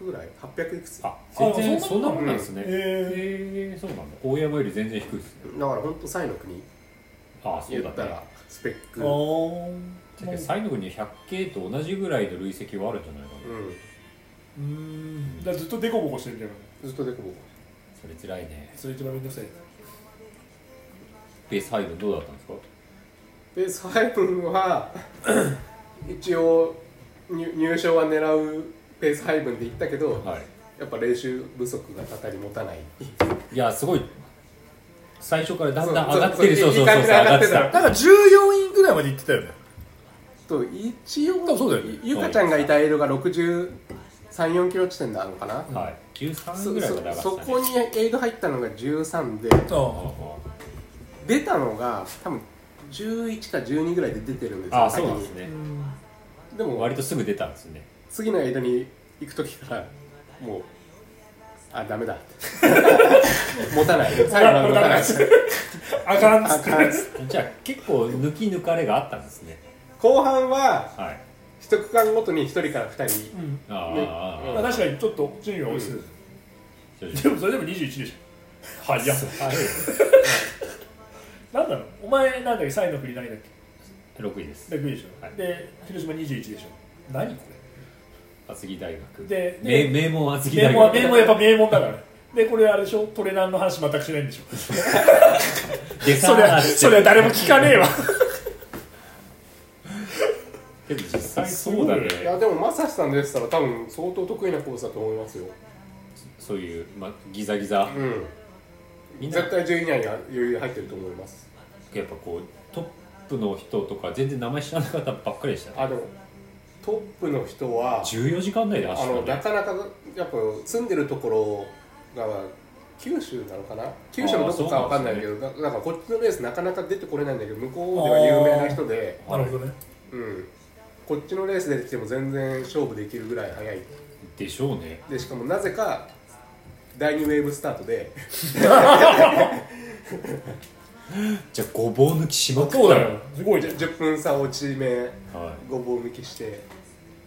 Speaker 3: 900ぐらい800いくつだか
Speaker 1: れ全然
Speaker 2: あ
Speaker 1: そ
Speaker 2: そ
Speaker 1: ん
Speaker 2: ん
Speaker 1: な
Speaker 2: な
Speaker 1: もんなんですね
Speaker 2: うん
Speaker 1: ええそうなんだ大山より全然低いですね
Speaker 3: ら本当サイの国
Speaker 1: ああそう
Speaker 3: 言
Speaker 1: だ
Speaker 3: った
Speaker 1: ね
Speaker 3: らスペック、うん
Speaker 1: だって
Speaker 2: ああ
Speaker 1: サイの国100系と同じぐらいの累積はあるんじゃないかな、
Speaker 2: うーんだからずっとデコボコしてるんだよね
Speaker 3: ずっとでこぼこ
Speaker 1: それつらいね
Speaker 2: それ一番めんどくさい
Speaker 1: ベースハイドどうだったんですか
Speaker 3: でサイン は一応入入賞は狙うペース配分で行ったけど、
Speaker 1: はい
Speaker 3: やっぱ練習不足がたたり持たない
Speaker 1: いやすごい最初からだんだん
Speaker 3: そう
Speaker 1: 上がってる
Speaker 3: そ
Speaker 1: そううそうそう
Speaker 3: いい感じで上がってた
Speaker 5: なんか14位ぐらいまで行ってたよね
Speaker 3: と一応
Speaker 5: 多分そうだよね
Speaker 3: ゆゆかちゃんがいたエールが634キロ地点なのかな、
Speaker 1: はい13
Speaker 3: そ
Speaker 1: ぐらいまで上がってた、ね、
Speaker 3: そそこにエイド入ったのが13で
Speaker 5: あ
Speaker 3: 出たのが多分11か12ぐらいで出てるんですよ
Speaker 1: ああそうなんですね
Speaker 3: 先にでも
Speaker 1: 割とすぐ出たんですね
Speaker 3: 次のエイドに行く時からもうあダメだ持たない最後まで持 たない
Speaker 2: あかんっつ
Speaker 3: あ
Speaker 2: って
Speaker 3: かんっつって
Speaker 1: じゃあ結構抜き抜かれがあったんですね
Speaker 3: 後半は
Speaker 1: はい
Speaker 3: 一区間ごとに一人から二人
Speaker 2: うん
Speaker 1: ああ、
Speaker 2: まあ確かにちょっと順位は落ちてる
Speaker 1: 徐
Speaker 2: でもそれでも21でしょはいいや
Speaker 1: 々はい
Speaker 2: なんだろうお前なんだっけサイの国何だっ
Speaker 1: 6位です
Speaker 2: け6位でし
Speaker 1: はい
Speaker 2: ょで広島21でしょ何こ
Speaker 1: 厚木大学
Speaker 2: れで
Speaker 1: 名
Speaker 2: で
Speaker 1: 名門厚木
Speaker 2: 名
Speaker 1: 大
Speaker 2: 門は
Speaker 1: 学
Speaker 2: 名門やっぱ名門だからでこれあれでしょトレランの話全くしないんでしょ
Speaker 1: でさ
Speaker 2: そりゃ
Speaker 1: あ
Speaker 2: そりゃ誰も聞かねえわ
Speaker 1: けど実際そうだね
Speaker 3: いやでも正志さんでしたら多分相当得意なコースだと思いますよ
Speaker 1: そういう、まあ、ギザギザ
Speaker 3: う
Speaker 1: み
Speaker 3: ん
Speaker 1: んなや
Speaker 3: 絶対10位以内には余裕入ってると思います
Speaker 1: っぱこうトップの人とか全然名前知らなかったばっかりでしたね
Speaker 3: あでもトップの人は
Speaker 1: 14時間内で
Speaker 3: あ
Speaker 1: 走
Speaker 3: の
Speaker 1: った
Speaker 3: な
Speaker 1: ね
Speaker 3: かなかやっぱ住んでるところが九州なのかな九州のどこかわかんないけどだだからこっちのレースなかなか出てこれないんだけど向こうでは有名な人で、
Speaker 1: なるほ
Speaker 2: どね
Speaker 3: うん、こっちのレース出てきても全然勝負できるぐらい速い
Speaker 1: でしょうね
Speaker 3: でしかもなぜか第2ウェーブスタートで
Speaker 1: じゃあごぼう抜きしまくった
Speaker 2: そうだよすごいじゃん
Speaker 3: 10分差を縮め
Speaker 1: はい
Speaker 3: ごぼう抜きして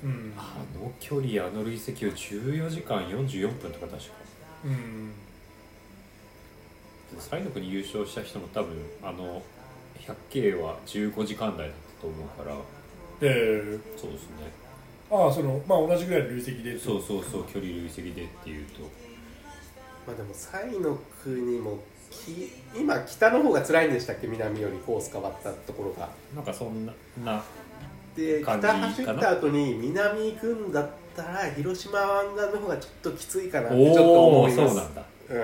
Speaker 2: うん
Speaker 1: あの距離あの累積を14時間44分とか確か
Speaker 2: うん
Speaker 1: 最の国優勝した人も多分あの 100K は15時間台だったと思うから
Speaker 2: で
Speaker 1: そうですね
Speaker 2: ああそのまあ同じぐらいの累積で
Speaker 1: そうそうそう距離累積でっていうと
Speaker 3: まあでもサイの国もき今北の方が辛いんでしたっけ南よりコース変わったところが
Speaker 1: なんかそんなな
Speaker 3: で
Speaker 1: 感
Speaker 3: 北
Speaker 1: じかな
Speaker 3: 走った後に南行くんだったら広島湾岸の方がちょっときついかなってちょっと
Speaker 1: おお
Speaker 3: 思
Speaker 1: ー
Speaker 3: い
Speaker 1: そ
Speaker 3: ます
Speaker 1: うなんだ
Speaker 3: うん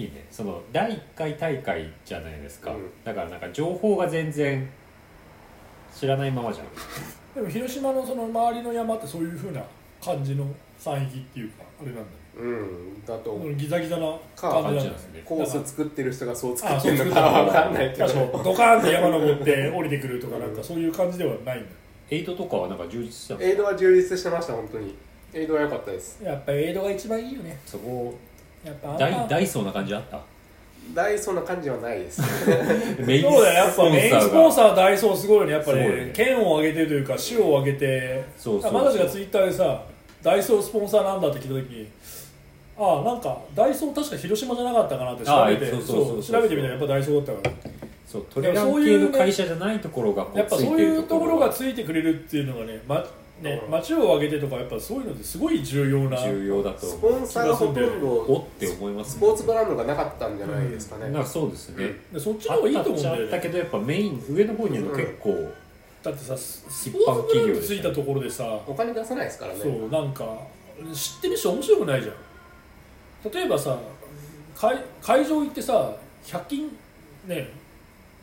Speaker 1: いいねその第1回大会じゃないですか、
Speaker 3: うん
Speaker 1: だからなんか情報が全然知らないままじゃん
Speaker 2: でも広島のその周りの山ってそういうふうな感じの山域っていうかあれなんだね
Speaker 3: うん、だと
Speaker 2: そのギザギザな感
Speaker 1: 感
Speaker 2: じ
Speaker 1: じなんで
Speaker 2: なんだ
Speaker 1: すね
Speaker 3: コース作ってる人がそう作
Speaker 2: ああ
Speaker 3: って
Speaker 2: そう
Speaker 3: る
Speaker 2: そう
Speaker 3: の
Speaker 2: だ
Speaker 3: かは分
Speaker 1: わ
Speaker 3: かんないけ
Speaker 2: 確
Speaker 3: ど
Speaker 2: かドカーンって山登って降りてくるとかなんかそういう感じではないん
Speaker 1: エイトとかはなんか充実してたの
Speaker 3: エイドは充実してました本当にエイドは良かったです
Speaker 2: だやっぱエイドが一番いいよね
Speaker 1: そこ
Speaker 2: やっぱあんま
Speaker 1: 大ダイソーな感じあった
Speaker 3: ダイソーな感じはないです
Speaker 1: メイン
Speaker 2: そうだよやっ
Speaker 1: スポ
Speaker 2: ぱ
Speaker 1: ンサ
Speaker 2: メインス
Speaker 1: ー
Speaker 2: ポン
Speaker 1: が
Speaker 2: サーダイソーすごいよねやっ
Speaker 1: す
Speaker 2: ぱ
Speaker 1: ごいよ
Speaker 2: ね
Speaker 1: ね
Speaker 2: 剣を上げてるというか市を上げて
Speaker 1: そうそう
Speaker 2: あマダチがツイッターでさダイソースポンサーなんだって聞いた時にああなんかダイソー確か広島じゃなかったかなって調べて
Speaker 1: あそうそうそう
Speaker 2: そう
Speaker 1: そうそう
Speaker 2: 調べてみたらやっぱダイソーだったから
Speaker 1: そうトレラン系の会社じゃないところがこ
Speaker 2: やっぱ
Speaker 1: つい
Speaker 2: そう
Speaker 1: て
Speaker 2: い
Speaker 1: る
Speaker 2: うところが
Speaker 1: が
Speaker 2: ついてくれるっていうのがね,、ま、ね
Speaker 3: うん
Speaker 2: 街を挙げてとかやっぱそういうのってすごい重要な
Speaker 1: 重要だと
Speaker 3: スポンサーがほとん
Speaker 1: お
Speaker 3: ど
Speaker 1: って思います
Speaker 3: ス
Speaker 1: ね
Speaker 3: ポーツブランドがなかったんじゃないですかね、
Speaker 1: なんかそうですね、
Speaker 2: でそっち
Speaker 1: あ
Speaker 2: の方がいいと思うん
Speaker 1: っ
Speaker 2: だ
Speaker 1: た
Speaker 2: よ
Speaker 1: っちゃったけ
Speaker 2: ね
Speaker 1: どやっぱメイン上の方にいるの結構、
Speaker 2: だってさスス
Speaker 1: 一
Speaker 2: ポ
Speaker 1: 般
Speaker 2: ーツブラ
Speaker 1: 企
Speaker 2: ン
Speaker 1: 業
Speaker 2: ド
Speaker 1: です
Speaker 2: つ
Speaker 1: ね
Speaker 2: いたところでさ
Speaker 3: お金出さないですからね
Speaker 2: そうなんか知ってる人面白くないじゃん例えばさ会会場行ってさ100均ね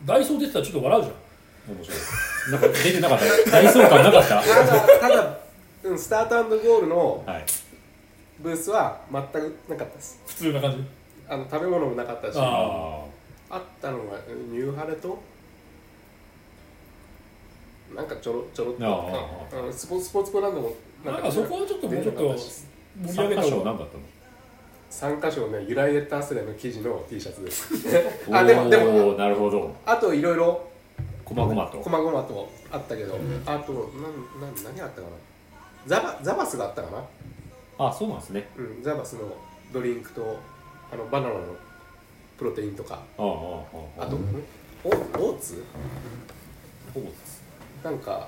Speaker 2: ダイソー出てたらちょっと笑うじゃん
Speaker 1: 面白いなんか出てなかった大相感なかった
Speaker 3: ただただ、うん、スタートゴールの
Speaker 1: はい
Speaker 3: ブースは全くなかったです
Speaker 2: 普通な感じ
Speaker 3: あの食べ物もなかったし
Speaker 2: あ
Speaker 3: あ
Speaker 1: あ
Speaker 3: ったのがうんニューハレとなんかちょろちょろっ
Speaker 1: あ
Speaker 3: とうんスポスポーツブランドも
Speaker 2: なんかそこはちょっともうちょっと
Speaker 1: あ
Speaker 2: 盛り上
Speaker 1: 参
Speaker 2: げ
Speaker 1: 加
Speaker 2: た
Speaker 1: 賞
Speaker 2: 方が
Speaker 1: 何だったの
Speaker 3: 3箇所ね揺らいでった汗の生地の T シャツです
Speaker 1: お
Speaker 3: あでもでも
Speaker 1: おーなるほど
Speaker 3: あといろいろ
Speaker 1: こまごまと
Speaker 3: こまごまとあったけど、あとなんなん何あったかなザバザバスがあったかな、
Speaker 1: あそうなんですね
Speaker 3: うん、ザバスのドリンクとあのバナナのプロテインとか
Speaker 1: あああああ
Speaker 3: あ
Speaker 1: あ
Speaker 3: と、んオオーツ
Speaker 1: ほぼです
Speaker 3: なんか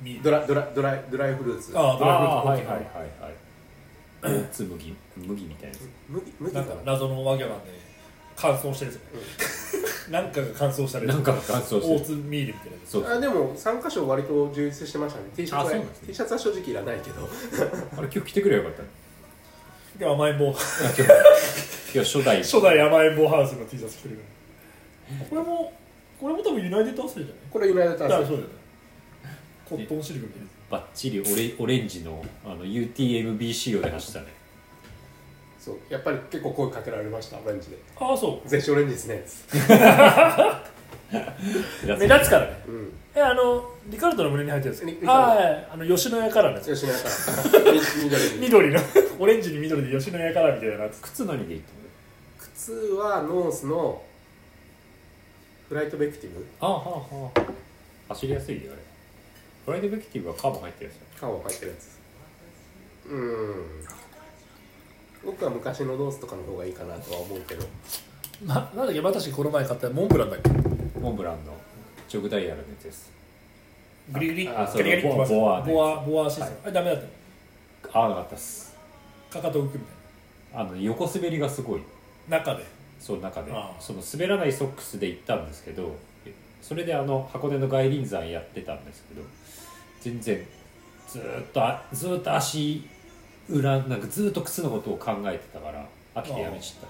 Speaker 2: 見
Speaker 3: ドラドラドライドライフルーツ
Speaker 2: ああドラ
Speaker 1: あー
Speaker 2: ゴ
Speaker 1: は
Speaker 2: ンフルー
Speaker 1: い
Speaker 2: ツ
Speaker 1: はいはい はいオーツ麦麦みたいなやつ
Speaker 3: 麦麦
Speaker 2: な
Speaker 3: か
Speaker 2: んか
Speaker 3: な
Speaker 2: 謎のわけなんで乾燥してるんですよね、 なんかが乾燥したり
Speaker 1: なんかが乾燥してる
Speaker 2: オーツミールみたいなやつ
Speaker 1: そう
Speaker 3: あでも3箇所割と充実してましたね T シャ
Speaker 1: あ
Speaker 3: ツ
Speaker 1: そう
Speaker 3: は、
Speaker 1: なんですね
Speaker 3: T シャツは正直いらないけど
Speaker 1: あれ今日来てくればよかったね
Speaker 2: 今日甘えん坊
Speaker 1: あ今日今日初代
Speaker 2: 初代甘えん坊ハウスの T シャツ着てるからこれもこれも多分ユナイテッドアスリーじゃない
Speaker 3: これユナイテッド
Speaker 2: だ
Speaker 3: ア
Speaker 2: か
Speaker 3: ー
Speaker 2: ら
Speaker 3: セ
Speaker 2: そうだよねコットンシルクみたいな
Speaker 1: バッチリオレオレンジのあの UTMBC をで走ったね
Speaker 3: そうやっぱり結構声かけられましたオレンジで
Speaker 2: ああそ
Speaker 3: 「全種オレンジですね」
Speaker 2: う目立つからね
Speaker 3: うん
Speaker 2: えあのリカルドの胸に入ってるん
Speaker 3: リ
Speaker 2: で
Speaker 3: リ
Speaker 2: すか
Speaker 3: カルド
Speaker 2: ああはいあの吉野家カラーのやつ
Speaker 3: 吉野家からみ緑に
Speaker 2: 緑の オレンジに緑で吉野家カラーみたいなやつ
Speaker 1: 靴何でいいと思う
Speaker 3: 靴はノースのフライトベクティブ
Speaker 1: ああはあはあ走りやすいよあれフライドベクティブはカーボン入ってるやつ
Speaker 3: 缶を入ってるやつうん僕は昔のノースとかの方がいいかなとは思うけど
Speaker 2: ななんだっけ私この前買ったモンブランだっけ
Speaker 1: モンブランの直ダイヤルのやつです
Speaker 2: グリグリ
Speaker 1: あそう
Speaker 2: グリグリ
Speaker 1: ボアボアね
Speaker 2: ボアボアシステム
Speaker 1: はい
Speaker 2: あれダメだったの
Speaker 1: ああなかったっす
Speaker 2: かかと浮くみたい
Speaker 1: あの横滑りがすごい
Speaker 2: な中で
Speaker 1: そう中で
Speaker 2: ああ
Speaker 1: その滑らないソックスで行ったんですけどそれであの箱根の外輪山やってたんですけど全然ずーっとあずーっと足裏なんかずーっと靴のことを考えてたから飽きてやめちゃっ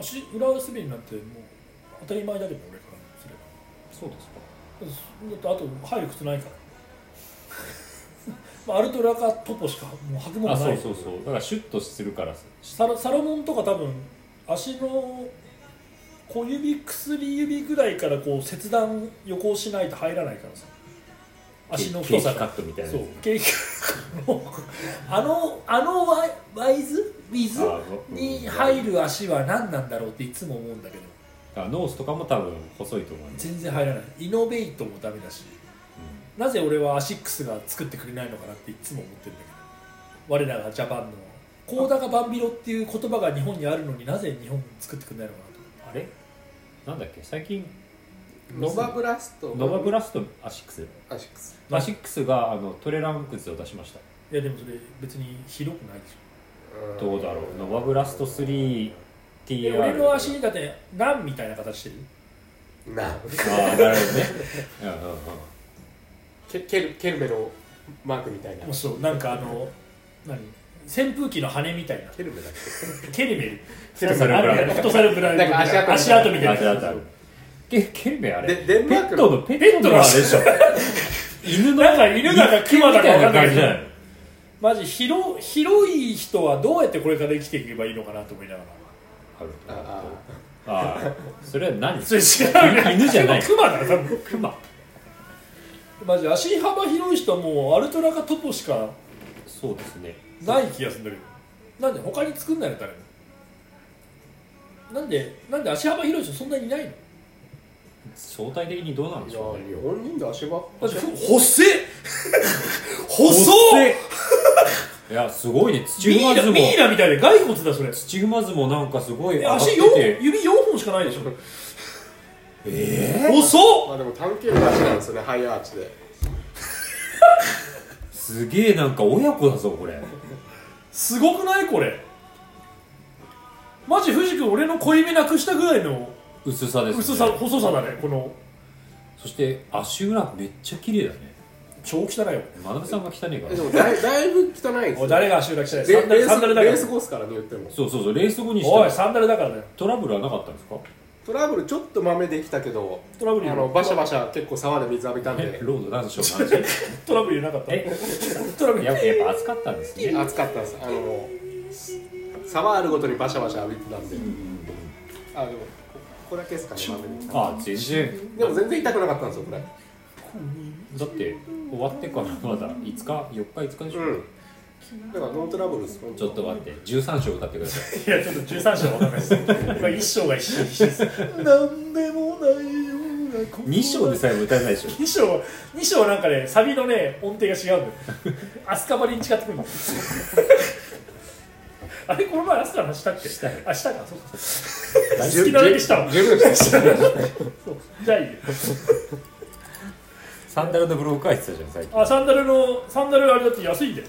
Speaker 2: 足裏滑りになってもう当たり前だけど俺からすれば
Speaker 1: たそうですか
Speaker 2: だってあと入る靴ないから まあアルトラかトポしかもう履くも
Speaker 1: あ
Speaker 2: のな
Speaker 1: そう
Speaker 2: い
Speaker 1: そうそうだからシュッとするから
Speaker 2: サロサロモンとか多分足の小指薬指ぐらいからこう切断横をしないと入らないからさ足の太
Speaker 1: ケ
Speaker 2: さ
Speaker 1: ーキカ
Speaker 2: が
Speaker 1: ットみたいな
Speaker 2: そ
Speaker 1: や
Speaker 2: う
Speaker 1: つ
Speaker 2: ケーキあのあのワイワイズウィズ
Speaker 1: あうん
Speaker 2: に入る足は何なんだろうっていつも思うんだけど
Speaker 1: だからノースとかも多分細いと思います
Speaker 2: 全然入らないイノベイトもダメだしなぜ俺はアシックスが作ってくれないのかなっていつも思ってるんだけど我らがジャパンの高田がバンビロっていう言葉が日本にあるのになぜ日本作ってくれないのかなと
Speaker 1: あれなんだっけ最近
Speaker 3: ノバブラスト
Speaker 1: ノバブラストアシックス
Speaker 3: アシックス
Speaker 1: アシックスがあのトレラン靴を出しました
Speaker 2: いやでもそれ別に広くないでしょ
Speaker 1: どうだろうノバブラスト 3TR
Speaker 2: で俺の足だってランみたいな形してる
Speaker 3: な
Speaker 1: ああなるほどねうんうんうん
Speaker 3: ケケルケルメのマークみたいな
Speaker 2: もうそうなんかあの何扇風機の羽みたいな
Speaker 3: ケルメだっ
Speaker 2: ケルメル
Speaker 1: フットサルブラウン
Speaker 2: あるよねフットサルブラウン
Speaker 3: なんか足跡
Speaker 2: 足跡みたい
Speaker 1: あ
Speaker 2: な
Speaker 1: てあてあてケケルメあれ
Speaker 3: でデンマーク
Speaker 1: ペッ
Speaker 3: の
Speaker 1: トのペットのあれでしょ犬の
Speaker 2: なんか犬だか熊
Speaker 1: み
Speaker 2: だ
Speaker 1: たい
Speaker 2: か分か
Speaker 1: なん
Speaker 2: ない
Speaker 1: 感
Speaker 2: け
Speaker 1: じ
Speaker 2: ど
Speaker 1: じゃない
Speaker 2: マジ広広い人はどうやってこれから生きていけばいいのかなと思いながら
Speaker 1: あ
Speaker 3: あ
Speaker 1: あそれは何
Speaker 2: それ違うね
Speaker 1: 犬じゃない
Speaker 2: クマだよ多分
Speaker 1: クマ
Speaker 2: マジ足幅広い人はもうアルトラかトポしか
Speaker 1: そうですね
Speaker 2: ない気がするんだけどなんで他に作んないの誰もなんでなんで足幅広い人そんなにいないの
Speaker 1: 相対的にどうなんで
Speaker 3: い
Speaker 1: し
Speaker 3: や
Speaker 1: ょうね
Speaker 3: 日本人で足場
Speaker 2: だって 細っ細っ
Speaker 1: いやすごいね土
Speaker 2: ミイ
Speaker 1: 踏ま
Speaker 2: ラ
Speaker 1: ずも
Speaker 2: ミイラみたいで骸骨だそれ
Speaker 1: 土踏まずもなんかすごい上がって
Speaker 2: 足四本
Speaker 1: て
Speaker 2: 指4本しかないでしょええ細っ
Speaker 3: まあでも短距離の足なんですよねハイアーチです
Speaker 1: げえなんか親子だぞこれ
Speaker 2: すごくないこれマジ藤君俺の小指なくしたぐらいの
Speaker 1: 薄さです、ね、
Speaker 2: 薄さ細さだねこの
Speaker 1: そして足裏めっちゃ綺麗だね
Speaker 2: 超汚いよ
Speaker 1: 真鍋さんが汚ねえか
Speaker 3: えで
Speaker 1: ら
Speaker 3: もだいだいぶ汚いです
Speaker 2: お
Speaker 3: よ
Speaker 2: い誰が足裏汚い
Speaker 3: レ
Speaker 2: サンダル
Speaker 3: レー
Speaker 2: サン
Speaker 3: ス
Speaker 2: ダルだ
Speaker 3: レー
Speaker 2: か
Speaker 3: ス
Speaker 2: ら
Speaker 3: コースからね言っても
Speaker 1: そうそうそうレース後にし
Speaker 2: おい
Speaker 1: たら
Speaker 2: サンダルだからだよ
Speaker 1: トラブルはなかったんですか
Speaker 3: トラブルちょっと豆できたけど
Speaker 2: トラブ
Speaker 3: あ
Speaker 2: ルよ
Speaker 3: のバシャバシャ結構沢で水浴びたんで
Speaker 1: ロード何章何章
Speaker 2: トラブルいなかった
Speaker 1: え
Speaker 2: トラブル
Speaker 1: やっぱやっぱ暑かったんですね
Speaker 3: 暑かったですあの沢あるごとにバシャバシャ浴びてたんであでもこここだけですかね豆できた
Speaker 1: あ全然
Speaker 3: でも全然痛くなかったんですよこれ
Speaker 1: だって終わってからまだ5日4日5日でしょ、
Speaker 3: うんだからノートラブルです
Speaker 1: ちょっと待って13章歌ってください
Speaker 2: いやちょっと13章は分かんないです今1章が一緒一緒です
Speaker 4: なんでもないようなこ
Speaker 1: 2章でさえも歌えないでしょ
Speaker 2: 2章二章なんかねサビのね音程が違うんだよ飛鳥張りに違って くるんだよあれこの前アスカの話したっけしたあしたかそうか好きなだけしたわ
Speaker 3: 十分でし
Speaker 2: そ
Speaker 3: た
Speaker 2: うじゃあいいよ
Speaker 1: サンダルのブログ書いてたじゃん最近
Speaker 2: あサンダルのサンダルあれだって安いで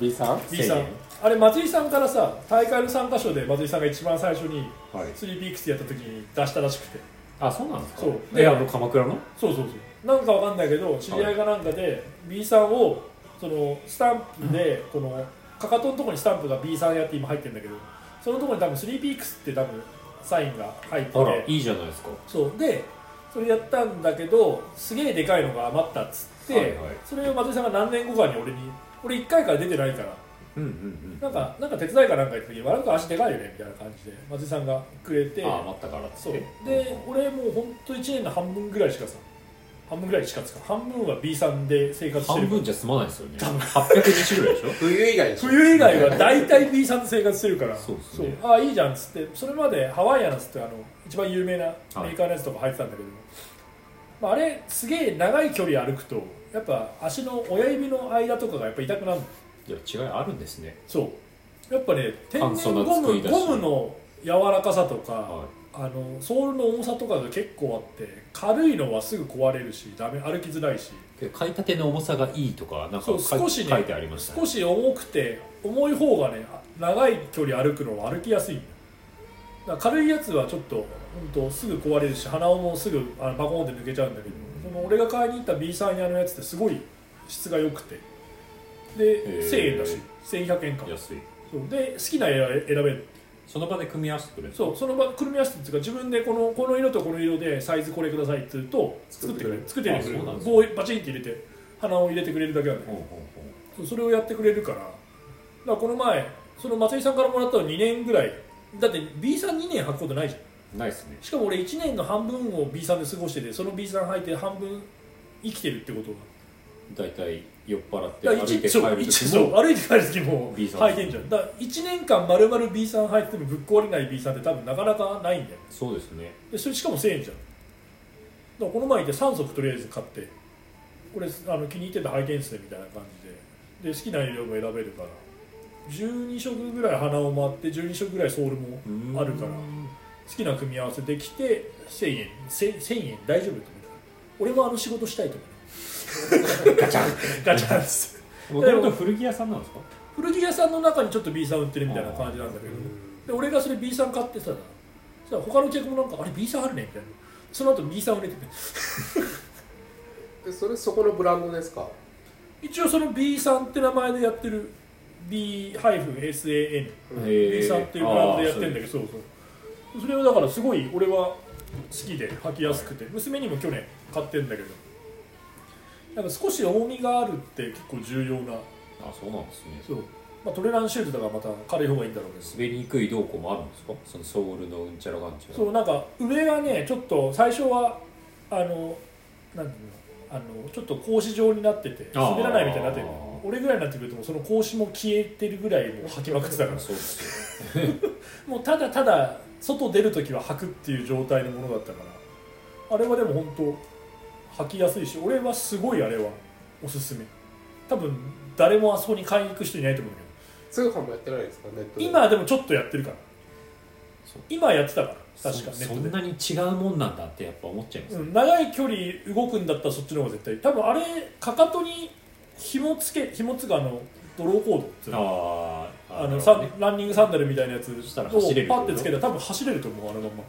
Speaker 3: B さん
Speaker 2: B さ
Speaker 1: 1000
Speaker 2: ん
Speaker 1: 円
Speaker 2: あれ松井さんからさ大会の参加賞で松井さんが一番最初に
Speaker 1: はい
Speaker 2: 3 p x やった時に出したらしくて
Speaker 1: あそうなんですか
Speaker 2: そう
Speaker 1: えあの鎌倉の
Speaker 2: そうそうそうなんかわかんないけど知り合いがなんかで B さんをそのスタンプでこのかかとのところにスタンプが B さんやって今入ってるんだけどそのところに多分 3PX って多分サインが入って
Speaker 1: あら
Speaker 2: て
Speaker 1: いいじゃないですか
Speaker 2: そうでそれやったんだけどすげえでかいのが余ったっつって、
Speaker 1: はいはい
Speaker 2: それを松井さんが何年後かに俺に俺1回から出てないから
Speaker 1: うんうんうん
Speaker 2: なんかなんか手伝いかなんか行った時に「悪く足でかいよね」みたいな感じで松井さんがくれて
Speaker 1: ああ待ったからっつ
Speaker 2: そ
Speaker 1: っ
Speaker 2: う
Speaker 1: て
Speaker 2: で俺もう本当1年の半分ぐらいしかさ半分ぐらいしかつか半分は B さんで生活して
Speaker 1: 半
Speaker 2: る
Speaker 1: 分じゃ済まないですよね820ぐらいでしょ
Speaker 3: 冬以外でしょ
Speaker 2: 冬以外は大体 B さんで生活してるから
Speaker 1: そうっすね
Speaker 2: ああいいじゃんっつってそれまでハワイアンっつってあの一番有名なメーカーのやつとか入ってたんだけど、まあ、あれすげえ長い距離歩くとやっぱ足の親指の間とかがやっぱ痛くなるの
Speaker 1: いや違いあるんですね
Speaker 2: そうやっぱね天然
Speaker 1: 簡素な
Speaker 2: ゴ
Speaker 1: 作
Speaker 2: ム
Speaker 1: りだし
Speaker 2: ゴムの柔らかさとか、
Speaker 1: は
Speaker 2: あのソールの重さとかが結構あって軽いのはすぐ壊れるしダメ歩きづらいし
Speaker 1: いけど買いたての重さがいいとかなんか
Speaker 2: そう
Speaker 1: 書い
Speaker 2: 少しね
Speaker 1: 書いてありました
Speaker 2: 少し重くて重い方がね長い距離歩くのは歩きやすいんだだから軽いやつはちょっとほんとすぐ壊れるし鼻緒もすぐあのバコーンって抜けちゃうんだけどその俺が買いに行った B さん屋のやつってすごい質が良くてで
Speaker 1: へー
Speaker 2: 1000円だし1100円か
Speaker 1: 安い
Speaker 2: そうで好きな絵選べる
Speaker 1: その場で組み合わせてくれる
Speaker 2: そうその場組み合わせてっていうか自分でこのこの色とこの色でサイズこれくださいって言うと作ってくれる作ってくれ
Speaker 1: あそうなん
Speaker 2: る
Speaker 1: ですね
Speaker 2: 棒をバチンって入れて鼻を入れてくれるだけなんだけ
Speaker 1: ほう
Speaker 2: ど
Speaker 1: ほうほ
Speaker 2: そうそれをやってくれるからだからこの前その松井さんからもらったの2年ぐらいだって B さん2年履くことないじゃん
Speaker 1: うないっすね
Speaker 2: しかも俺1年の半分を B さんで過ごしててその B さん履いて半分生きてるってことが
Speaker 1: 大体酔っ払って
Speaker 2: だ
Speaker 1: 歩
Speaker 2: から
Speaker 1: い
Speaker 2: 一
Speaker 1: て帰
Speaker 2: そ
Speaker 1: る
Speaker 2: う一
Speaker 1: 時
Speaker 2: そう
Speaker 1: も
Speaker 2: 歩いて帰る時も
Speaker 1: B さん
Speaker 2: 履いてんじゃんだから1年間丸々 B さん履いててもぶっ壊れない B さんって多分なかなかないんだよね
Speaker 1: そうですね
Speaker 2: でそれしかも1000円じゃんだからこの前行って3足とりあえず買ってこれあの気に入ってた履いてんすねみたいな感じでで好きな色も選べるから12色ぐらい花をもあって12色ぐらいソールも
Speaker 1: うーん
Speaker 2: あるから好きな組み合わせできて1000円1000 1000円大丈夫と思って俺もあの仕事したいと思って ガチャンガチャンっつって
Speaker 1: もともと古着屋さんなんですか
Speaker 2: 古着屋さんの中にちょっと B さん売ってるみたいな感じなんだけどで俺がそれ B さん買ってささ他の客もなんかあれ B さんあるねみたいなその後 B さん売れてて
Speaker 3: でそれそこのブランドですか
Speaker 2: 一応その B さんって名前でやってる B-SAN
Speaker 1: へ
Speaker 2: B さんっていうブランドでやってるんだけどそうそうそれをだからすごい俺は好きで履きやすくて娘にも去年買ってんだけどなんか少し重みがあるって結構重要な
Speaker 1: あそうなんですね
Speaker 2: そう、まあ、トレランシューズだからまた軽い方がいいんだろうけど
Speaker 1: 滑りにくいどうこうもあるんですかそのソールのうんちゃらがんちゃら
Speaker 2: そうなんか上がねちょっと最初はあのなんていうのあのちょっと格子状になってて
Speaker 1: あー
Speaker 2: 滑らないみたいになってる俺ぐらいになってくるともうその格子も消えてるぐらいもう吐きまくってたから
Speaker 1: そうですよ
Speaker 2: もうただただ外出るときは履くっていう状態のものだったからあれはでも本当履きやすいし俺はすごいあれはおすすめ多分誰もあそこに買いに行く人いないと思うんだけど
Speaker 3: 通販もやってないですかネットで
Speaker 2: 今でもちょっとやってるから
Speaker 1: そう
Speaker 2: 今やってたから確かネ
Speaker 1: そそ
Speaker 2: ッ
Speaker 1: ん
Speaker 2: ト
Speaker 1: な
Speaker 2: で
Speaker 1: に違うもんなんだってやっぱ思っちゃいます、
Speaker 2: うん長い距離動くんだったらそっちの方が絶対いい多分あれかかとに紐つけ紐つがあのドローコードっていうの
Speaker 1: あー
Speaker 2: あ
Speaker 1: な
Speaker 2: の
Speaker 1: る
Speaker 2: サ
Speaker 1: ほ
Speaker 2: ン
Speaker 1: どね
Speaker 2: ランニングサンダルみたいなやつを
Speaker 1: したら走れる
Speaker 2: パッてつけたら多分走れると思うあのまんま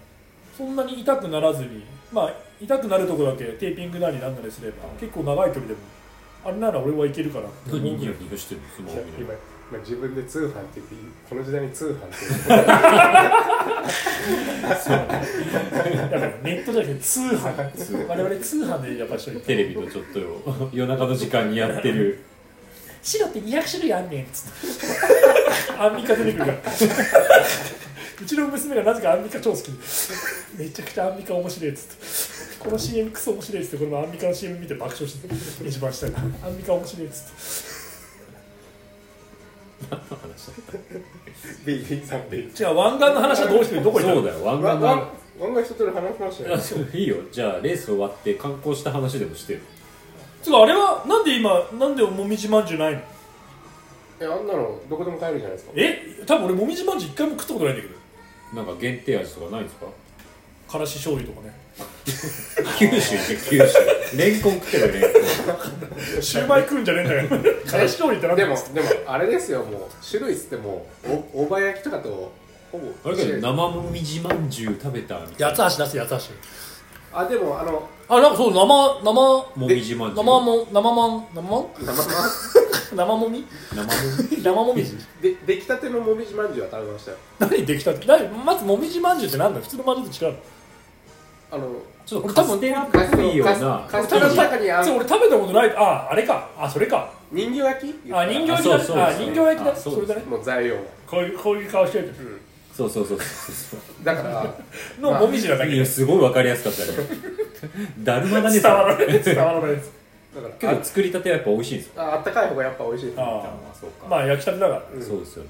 Speaker 2: そんなに痛くならずにまあ痛くなるとこだけテーピングなりなんなりすれば結構長い距離でもあれなら俺はいけ るから
Speaker 1: 何人間を逃がしてるのスマホみたい
Speaker 3: 今
Speaker 1: な
Speaker 3: 今自分で通販って言っていいこの時代に通販って
Speaker 2: やっぱりネットじゃなくて通販我々通販でやっぱりしとい
Speaker 1: テ
Speaker 2: て
Speaker 1: レビのちょっとよ夜中の時間にやってる
Speaker 2: 白って200種類あんねんっつって アンミカ出てくるからうちの娘がなぜかアンミカ超好きでめちゃくちゃアンミカ面白いっつってこの CM クソ面白いっつってこのアンミカの CM 見て爆笑してる一番下がアンミカ面白いっつって
Speaker 3: ビービーさ んで
Speaker 2: 違う湾岸の話はどうしてどこ行った
Speaker 1: そ
Speaker 2: の
Speaker 1: うだよ湾
Speaker 3: ワ
Speaker 1: 岸
Speaker 3: ン
Speaker 1: の
Speaker 3: ワンワンが人と話しました
Speaker 1: あ
Speaker 3: よ
Speaker 1: そう いいよじゃあレース終わって観光した話でもしてよ
Speaker 2: つうかあれはなんで今なんでもみじまんじゅうないの
Speaker 3: えあんなのどこでも買えるじゃないですか
Speaker 2: え多分俺もみじまんじゅう一回も食ったことないんだけど
Speaker 1: なんか限定味とかないんですか
Speaker 2: からし醤油とかね
Speaker 1: 九州行け九州レンコン食ってるよレンコン
Speaker 2: シューマイ食うんじゃねえ んだよからし醤油ってなんだ
Speaker 3: で
Speaker 2: よ
Speaker 3: もでもあれですよもう種類っつってもおおば焼きとかとほ
Speaker 1: あ
Speaker 3: ぼ
Speaker 1: れけど
Speaker 3: 一緒
Speaker 1: 生もみじまんじゅう食べたみたい
Speaker 4: 八
Speaker 1: な
Speaker 4: つ橋出せ八つ
Speaker 3: あでもあの
Speaker 4: 橋あなんかそう生生
Speaker 1: もみじまんじゅ
Speaker 4: 生
Speaker 1: う
Speaker 4: も生まん生ま ん
Speaker 3: 生ま
Speaker 4: 生もみ
Speaker 1: 生も
Speaker 4: 生もみじ
Speaker 3: で出来たてのもみじまんじゅうは食べましたよ
Speaker 4: 何できたって
Speaker 2: だいまずもみじまんじゅうってなんだよ普通のまんじゅうと違うの
Speaker 3: あの
Speaker 1: ちょっと
Speaker 4: 俺
Speaker 1: カ
Speaker 4: 多分
Speaker 1: ステラっぽ
Speaker 3: カス
Speaker 1: いような
Speaker 3: カステラの中にあん
Speaker 2: そう俺食べたことないああれかあそれか
Speaker 3: 人形焼き
Speaker 2: あ人形
Speaker 1: あ
Speaker 2: 焼き
Speaker 1: そう
Speaker 2: だ
Speaker 1: そう
Speaker 2: あ
Speaker 1: そう
Speaker 2: 人形焼きだ
Speaker 1: あ
Speaker 2: そ
Speaker 1: そう
Speaker 2: れだね
Speaker 3: もう材料
Speaker 2: こういうこういう顔してる
Speaker 1: そうそうそうそう
Speaker 3: だから
Speaker 2: の
Speaker 3: まあ
Speaker 2: もみじなだけ
Speaker 1: いや
Speaker 2: です
Speaker 1: ごいわかりやすかったねだるまがね
Speaker 2: 伝わらない伝わらないです
Speaker 3: だから
Speaker 1: けど作りたてはやっぱ美味しいんですよ
Speaker 3: ああったかい方がやっぱ美味しいです
Speaker 2: あ
Speaker 1: あそうか
Speaker 2: まあ焼きたてだから
Speaker 3: うん
Speaker 1: そうですよね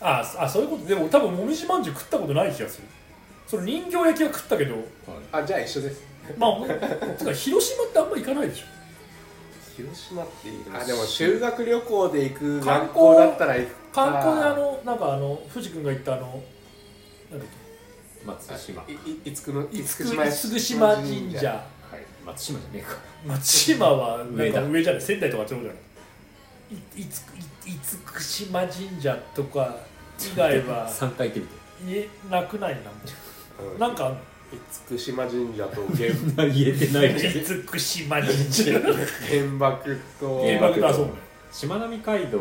Speaker 2: あそあそういうことでも多分もみじまんじゅう食ったことない気がするその人形焼きは食ったけど
Speaker 1: はい
Speaker 3: あじゃあ一緒です
Speaker 2: まあつか広島ってあんま行かないでしょ
Speaker 3: 広島っていいあでも修学旅行で行く
Speaker 2: 観
Speaker 3: 観
Speaker 2: 光
Speaker 3: 光だったら行く
Speaker 2: 観光であのなんかあの藤君が言ったあのなんだっ
Speaker 1: 松島はい
Speaker 3: いいいつくのいつ
Speaker 2: け
Speaker 3: く島
Speaker 2: 厳島神社
Speaker 1: 松島じゃねえか
Speaker 2: 松島はなん
Speaker 1: 上
Speaker 2: か
Speaker 1: だ
Speaker 2: 上じゃない仙台とかあっちの方じゃないいいついいつくしま神社とか以外は
Speaker 1: 3回行ってみて
Speaker 2: 言えなくないな
Speaker 3: うん
Speaker 2: なんか
Speaker 3: 厳島神社と原
Speaker 1: 言えてない じゃん
Speaker 2: いつくしま神社
Speaker 3: 原爆と
Speaker 1: 原
Speaker 2: 原爆だそう
Speaker 1: しまなみ海道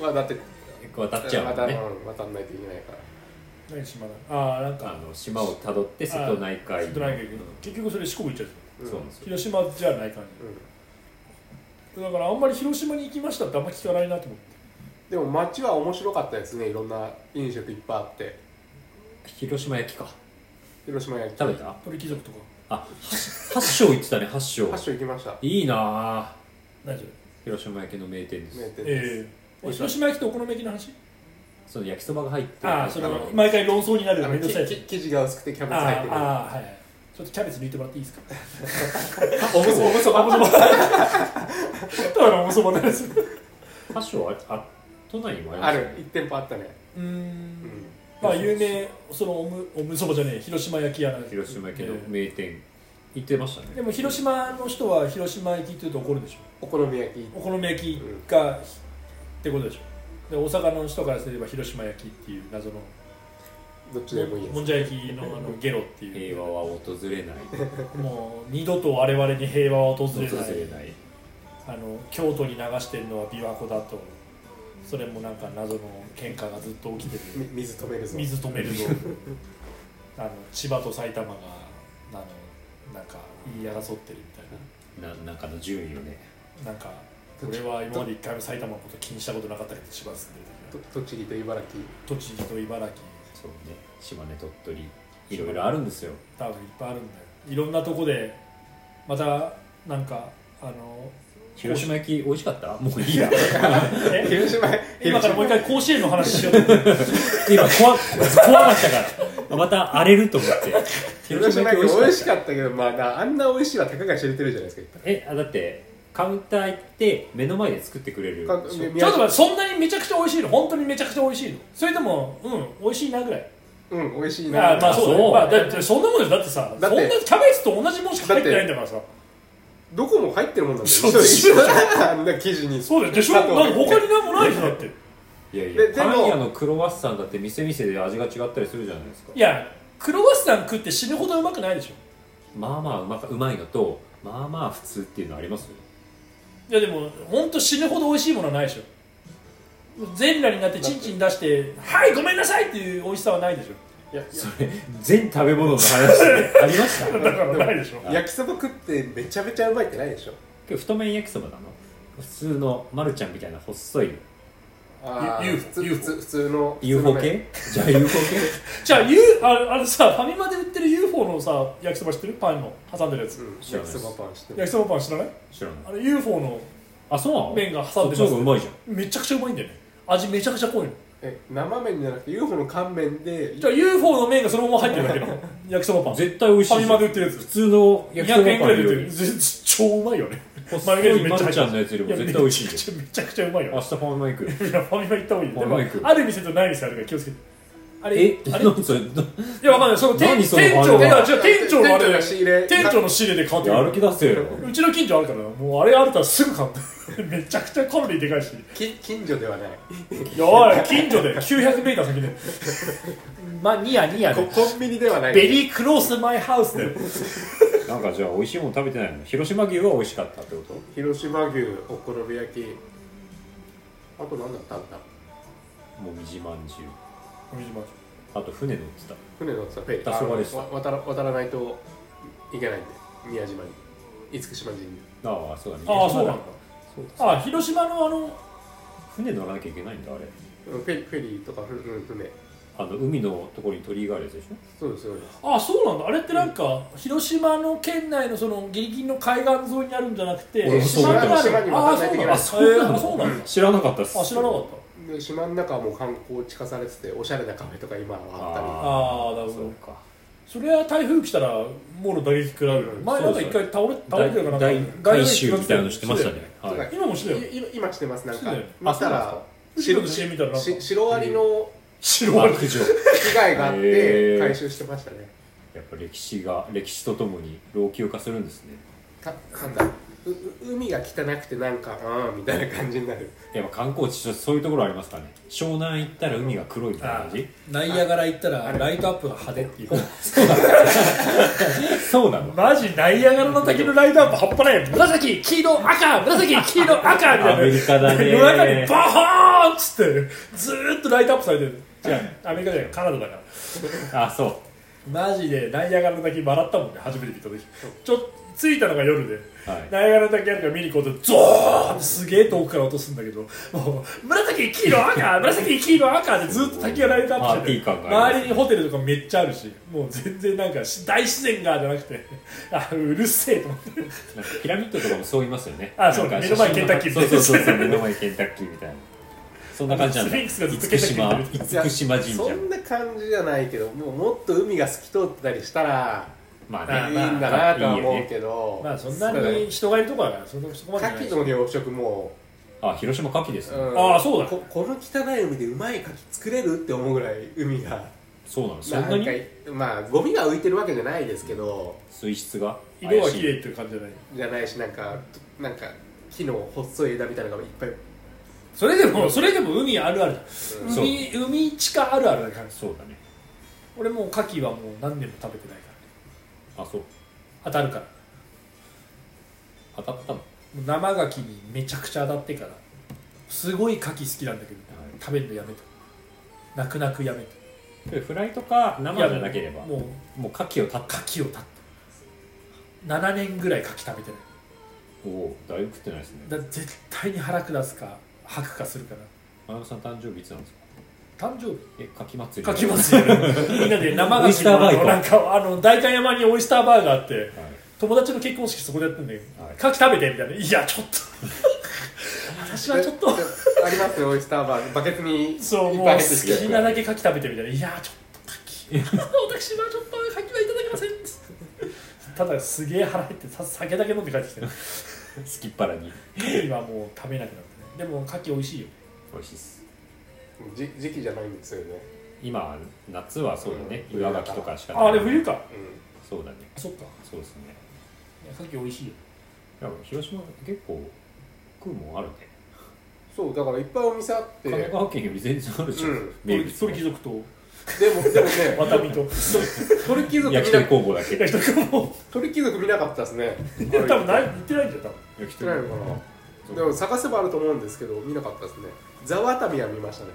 Speaker 3: はだって
Speaker 1: 渡っちゃうもんね
Speaker 3: 渡うん渡んないといけないから
Speaker 2: 何島だああなん
Speaker 1: あ
Speaker 2: か
Speaker 1: の島をたどって瀬戸内海
Speaker 2: 瀬戸内海
Speaker 1: うん
Speaker 2: 結局それ四国行っちゃう
Speaker 3: うん
Speaker 1: そうなんですよ
Speaker 2: 広島じゃない感
Speaker 3: うん
Speaker 2: じだからあんまり広島に行きましたってあんま聞かないなと思って
Speaker 3: でも街は面白かったですねいろんな飲食いっぱいあって
Speaker 1: 広島焼きか
Speaker 3: 広島焼き
Speaker 1: 食べた
Speaker 2: 鳥貴族とか
Speaker 1: あ八八章行ってたね八章
Speaker 3: 8所行きました
Speaker 1: いいなあ
Speaker 2: 何それ
Speaker 1: 広島焼きの名店です
Speaker 3: 名店です、
Speaker 2: ええ広島焼きとお好み焼きの話
Speaker 1: その焼きそばが入って
Speaker 2: ああそれ
Speaker 3: は
Speaker 2: は毎回論争になる
Speaker 3: あ
Speaker 2: め
Speaker 3: の
Speaker 2: んどく
Speaker 3: き
Speaker 2: さいやつ
Speaker 3: き生地が薄くてキャベツ入ってるあ
Speaker 2: ああはいちょっとキャベツ抜いてもらっていいですか
Speaker 3: おむそおむそば
Speaker 2: おそばだからおそばですう
Speaker 1: 八章あれあ都内にもありま
Speaker 3: あ
Speaker 1: す
Speaker 3: る
Speaker 1: よね
Speaker 3: 1店舗あったね、
Speaker 2: ー
Speaker 3: うんん、
Speaker 2: まあ有名そのおむおむそばじゃねえ広島焼き屋なんです
Speaker 1: 広島焼きの名店行ってましたね
Speaker 2: でも広島の人は広島焼きって言うと怒るでしょ
Speaker 3: お好み焼き
Speaker 2: お好み焼きが、ってことでしょで大阪の人からすれば広島焼きっていう謎の
Speaker 3: どっちでもいいや
Speaker 2: もんじゃ焼きのあのゲロっていう
Speaker 1: 平和は訪れない
Speaker 2: もう二度と我々に平和は訪
Speaker 1: 訪
Speaker 2: れ
Speaker 1: れ
Speaker 2: ない
Speaker 1: ない
Speaker 2: あの京都に流してるのは琵琶湖だとそれもなんか謎の喧嘩がずっと起きて
Speaker 3: つ
Speaker 2: る
Speaker 3: み水止めるぞ
Speaker 2: 水止めるぞ あの千葉と埼玉があのなんか言い争ってるみたい
Speaker 1: ななんかの順位をね
Speaker 2: ななんか俺は今まで一回も埼玉のこと気にしたことなかったけど千葉住んでる
Speaker 3: と栃木と茨城
Speaker 2: 時栃木と茨城
Speaker 1: そうね島根鳥取いろいろあるんですよ
Speaker 2: 多分いっぱいあるんだよいろんなとこでまたなんかあの
Speaker 1: 広島焼き美味しかったもういいや
Speaker 2: え
Speaker 3: 広島
Speaker 2: 今
Speaker 3: 広
Speaker 2: から
Speaker 3: 島
Speaker 2: もう一回甲子園の話しようと思って
Speaker 1: 今怖怖かったからまた荒れると思って
Speaker 3: 広島焼き美味し
Speaker 1: っ
Speaker 3: かったけどまあなあんな美味しいはたかが知れてるじゃないですか
Speaker 1: たえあだってカウンター行って目の前で作ってくれる
Speaker 3: かみ
Speaker 1: そう
Speaker 2: ちょっ
Speaker 3: 宮
Speaker 2: と待ってそんなにめちゃくちゃ美味しいの本当にめちゃくちゃ美味しいのそれともうん美味しいなぐらい
Speaker 3: うん美味しいな
Speaker 2: あまあそうだ,、
Speaker 1: そう
Speaker 2: ね、まあ、だってそんなもんですだってさ
Speaker 3: だって
Speaker 2: そんなキャベツと同じもんしか入ってないんだからさ
Speaker 3: どこも入ってるもんなんだよ
Speaker 2: そう
Speaker 3: 一緒だよあんな生地に
Speaker 2: そうだよでしょな
Speaker 3: 砂
Speaker 2: んか
Speaker 3: 糖
Speaker 2: 他に何もないでしょだって
Speaker 1: いやい
Speaker 3: で
Speaker 1: や
Speaker 3: でも
Speaker 1: パン屋のクロワッサンだって店店で味が違ったりするじゃないですか
Speaker 2: いやクロワッサン食って死ぬほどうまくないでしょ
Speaker 1: まあまあうまかうまいのとまあまあ普通っていうのあります よ
Speaker 2: いやでも本当死ぬほど美味しいものはないでしょ全裸になってチンチン出して「はいごめんなさい」っていう美味しさはないでしょ
Speaker 3: いやい
Speaker 1: それ全食べ物の話でありました
Speaker 2: だからないでしょ
Speaker 3: や焼きそば食ってめちゃめちゃうまいってないでしょ
Speaker 1: 今日太麺焼きそばなの普通のまるちゃんみたいな細い
Speaker 3: あー
Speaker 2: U-
Speaker 3: 普通
Speaker 2: UFO
Speaker 3: 普通普通の
Speaker 1: UFO
Speaker 3: 普通の麺
Speaker 1: 系じゃあ UFO
Speaker 2: じゃあ U ああのさファミマで売ってる UFO のさ焼きそば知ってるパンの挟んでるやつ、
Speaker 3: うん
Speaker 1: 知らな
Speaker 3: 焼き
Speaker 1: いです
Speaker 3: そばパンしてる
Speaker 2: 焼きそばパン知らない
Speaker 1: 系知らない
Speaker 2: あれ UFO の
Speaker 1: あそうなの
Speaker 2: 麺が挟んでます
Speaker 1: そっちの方がうまいじゃん
Speaker 2: めちゃくちゃうまいんだよね味めちゃくちゃ濃いの
Speaker 3: え生麺じゃなくて UFO の乾麺で
Speaker 2: じゃあ UFO の麺がそのまま入ってるだけの焼きそばパン
Speaker 1: 絶対美味しい
Speaker 2: ファミ
Speaker 1: じゃ
Speaker 2: マ
Speaker 1: ん
Speaker 2: で売ってるやつ
Speaker 1: 普通の焼きそ
Speaker 2: 200
Speaker 1: ば
Speaker 2: 円くらいで売
Speaker 1: よ
Speaker 2: って
Speaker 1: り
Speaker 2: るぜ超うまいよね
Speaker 1: 細いまるちゃんのやつより
Speaker 2: い
Speaker 1: も
Speaker 2: や
Speaker 1: 絶対美味しいじ
Speaker 2: めちゃくちゃうまい
Speaker 1: ゃん明
Speaker 2: よ
Speaker 1: 日ファミマ行くよ
Speaker 2: いやファミマ行った方がいい
Speaker 1: ファミマ行く
Speaker 2: でもある店とない店あるから気をつけてあれ
Speaker 1: え
Speaker 2: あれ
Speaker 1: 何それない
Speaker 2: やわかんないその店
Speaker 1: 何その
Speaker 2: 店
Speaker 1: ファ
Speaker 2: 長
Speaker 1: ミマ
Speaker 2: いやじゃあ店長のあれ
Speaker 3: 店
Speaker 2: だよ
Speaker 3: 長の仕入れ
Speaker 2: 店長の仕入れで買ってく
Speaker 1: や
Speaker 2: る
Speaker 1: 歩き出せよ
Speaker 2: うちの近所あるからもうあれあるたらすぐ買って めちゃくちゃカロリーで かいし
Speaker 3: き近所ではない
Speaker 2: やばい近所で 900m 先で まあニヤニヤ
Speaker 3: こコンビニではない
Speaker 2: ベリークロースマイハウスで
Speaker 1: なんかじゃあ美味しいもの食べてないの広島牛は美味しかったってこと
Speaker 3: 広島牛お好み焼きあと何だったんだ
Speaker 1: もみじまんじゅう
Speaker 2: い
Speaker 1: あと船乗ってた
Speaker 3: 船乗ってたペイ
Speaker 1: 出し終わりでした
Speaker 3: あのわ渡ら渡らないといけないんで宮島に厳島神社
Speaker 1: ああそうだね
Speaker 2: ああそうなんだ
Speaker 1: そうだ
Speaker 2: あ広島のあの
Speaker 1: 船乗らなきゃいけないんだあれ
Speaker 3: うんフェリフェリーとかふうん船
Speaker 1: あの海のところに鳥居があるやつでしょ
Speaker 3: そうですそうです
Speaker 2: あそうなんだあれってなんか、広島の県内のそのギリギリの海岸沿いにあるんじゃなくて
Speaker 1: 俺もそう思って
Speaker 2: が
Speaker 1: ま
Speaker 2: あ
Speaker 1: し
Speaker 2: る
Speaker 3: た
Speaker 2: あそう
Speaker 1: そうなの
Speaker 2: なんだへえあそうな
Speaker 3: あ
Speaker 2: ん だ
Speaker 1: 知らなかったっす
Speaker 2: あ知らなかった
Speaker 3: で島の中はもう観光地化されてておしゃれなカフェとか今はあ
Speaker 2: あ
Speaker 3: っ
Speaker 2: ーなるほど
Speaker 1: そうか
Speaker 2: それは台風来たらもろ打撃食らうよね
Speaker 3: うん
Speaker 2: 前なんか一回倒れ倒れてるかな
Speaker 1: 大
Speaker 2: 外
Speaker 1: 回収みたいなのしてましたね
Speaker 3: そうだよ
Speaker 1: はい
Speaker 2: 今もして
Speaker 3: た
Speaker 2: たよ
Speaker 3: りいい今してますなん
Speaker 2: そう
Speaker 3: か
Speaker 2: だよね
Speaker 3: 見た
Speaker 1: あそう
Speaker 3: ら
Speaker 2: 後ろの CM 見たらなんか
Speaker 3: しシロアリの
Speaker 2: 白悪
Speaker 1: 悪女
Speaker 3: 被害があっ
Speaker 1: へ
Speaker 3: て
Speaker 1: ー
Speaker 3: 回収してましたね
Speaker 1: やっぱ歴史が歴史とともに老朽化するんですね
Speaker 3: たなんだうう海が汚くてなんかうんみたいな感じになる
Speaker 1: やっぱ観光地とそういうところありますかね湘南行ったら海が黒いみたいな感じ
Speaker 2: ナイアガラ行ったらライトアップが派手っていう
Speaker 1: そうなの
Speaker 2: マジナイアガラの滝のライトアップ半端ないよ紫黄色赤紫黄色 赤みたいな
Speaker 1: アメリカだね
Speaker 2: 夜中にバハーンっつってずーっとライトアップされてるじゃあアメリカじゃないカナダだから
Speaker 1: あそう
Speaker 2: マジでナイアガラの滝笑ったもんね初めて見た時ちょ着いたのが夜で
Speaker 1: はい
Speaker 2: ナイアガラの滝あるから見に行こうとゾーンってすげえ遠くから落とすんだけどもう紫黄色 赤紫黄色赤でずっと滝がライトアップしてて
Speaker 1: パーティー感があります
Speaker 2: 周りにホテルとかめっちゃあるしもう全然なんかし大自然がじゃなくて あうるせえと 思って
Speaker 1: なんかピラミッドとかもそう言いますよね
Speaker 2: あそう
Speaker 1: なんか
Speaker 2: 目の前ケンタッキーみ
Speaker 1: そ
Speaker 2: た
Speaker 1: う
Speaker 2: いな
Speaker 1: そうそうそう目の前ケンタッキーみたいなそんな感じなんだ
Speaker 2: スフィンクスがずっとケ
Speaker 1: 厳
Speaker 2: ンタッキーみたい
Speaker 1: 島厳島
Speaker 2: な
Speaker 1: 神
Speaker 3: そ
Speaker 1: 社
Speaker 3: んな感じじゃないけどもうもっと海が透き通ってたりしたら
Speaker 1: ま
Speaker 3: いい
Speaker 1: あ
Speaker 3: ん
Speaker 1: ね
Speaker 3: だなとは思うけど
Speaker 2: まあそんなに人がいるとこだからそんなそこまでじゃ
Speaker 3: 牡
Speaker 2: ない
Speaker 3: 蠣の養殖も、
Speaker 1: あ広島牡蠣です
Speaker 3: う
Speaker 1: ね
Speaker 3: ん
Speaker 2: ああそうだ
Speaker 3: ここの汚い海でうまい牡蠣作れるって思うぐらい海が
Speaker 1: そうなのそんなに
Speaker 3: んかまあゴミが浮いてるわけじゃないですけど
Speaker 1: 水質が
Speaker 2: 色は
Speaker 1: 怪
Speaker 2: 綺
Speaker 1: しい
Speaker 2: 麗っていう感じじゃない
Speaker 3: じゃないしなんかなんか木の細い枝みたいなのがいっぱい、
Speaker 2: それでもそれでも海あるある
Speaker 1: ん
Speaker 2: 海海地下あるあるな感じ
Speaker 1: そうだね
Speaker 2: 俺もう牡蠣はもう何年も食べてないから
Speaker 1: あそう
Speaker 2: 当たるから
Speaker 1: 当たったの
Speaker 2: もう生牡蠣にめちゃくちゃ当たってからすごい牡蠣好きなんだけど、
Speaker 1: はい
Speaker 2: 食べるのやめた泣く泣くやめた
Speaker 1: でフライとか生じゃなければ
Speaker 2: もう
Speaker 1: もう牡蠣をたっ
Speaker 2: 牡蠣を絶った7年ぐらい牡蠣食べてない
Speaker 1: おおだいぶ食ってないですね
Speaker 2: だから絶対に腹下すか吐くかするから
Speaker 1: 真山さん誕生日いつなんですか
Speaker 2: 誕生日
Speaker 1: え牡蠣祭り
Speaker 2: 牡 蠣ますよ、みんなで生牡蠣のあのなんかあの代官山にオイスターバーがあって
Speaker 1: はい
Speaker 2: 友達の結婚式そこでやってんだけど
Speaker 1: はい
Speaker 2: 牡蠣食べてみたいないやちょっと 私はちょっと
Speaker 3: ありますよオイスターバーバケツに
Speaker 2: そうもう
Speaker 3: バ
Speaker 2: 好
Speaker 3: ケツ
Speaker 2: きなだけ牡蠣食べてみたいないやちょっと牡蠣私はちょっと牡蠣はいただけませんただすげえ腹減ってさ酒だけ飲んで帰ってきてる
Speaker 1: すきっ腹に
Speaker 2: 今もう食べなくなってねでも牡蠣美味しいよ
Speaker 1: 美味しいです
Speaker 3: じ時期じゃないんですよね
Speaker 1: 今夏はそうだね
Speaker 3: うん
Speaker 1: 岩牡蠣とかしかない
Speaker 2: ああれ冬か
Speaker 3: う
Speaker 1: そうだね
Speaker 2: そっか
Speaker 1: そうですね
Speaker 2: 牡蠣美味しいよ
Speaker 1: いや広島結構食うもんあるね
Speaker 3: んそうだからいっぱいお店あって
Speaker 1: 神
Speaker 3: でも
Speaker 1: 奈川県より全然あるじゃん、
Speaker 3: うん
Speaker 1: 名物
Speaker 2: 鳥貴族と
Speaker 3: でもね
Speaker 2: ワタミと
Speaker 3: 鳥貴族見な
Speaker 1: 焼き鳥工房だけ
Speaker 2: 焼き鳥も
Speaker 3: 鳥貴族見なかったですね
Speaker 2: 多分ない行ってないんだよ多分
Speaker 1: 焼き
Speaker 3: 見てないのかなでも探せばあると思うんですけど見なかったですねザワタミは見ましたね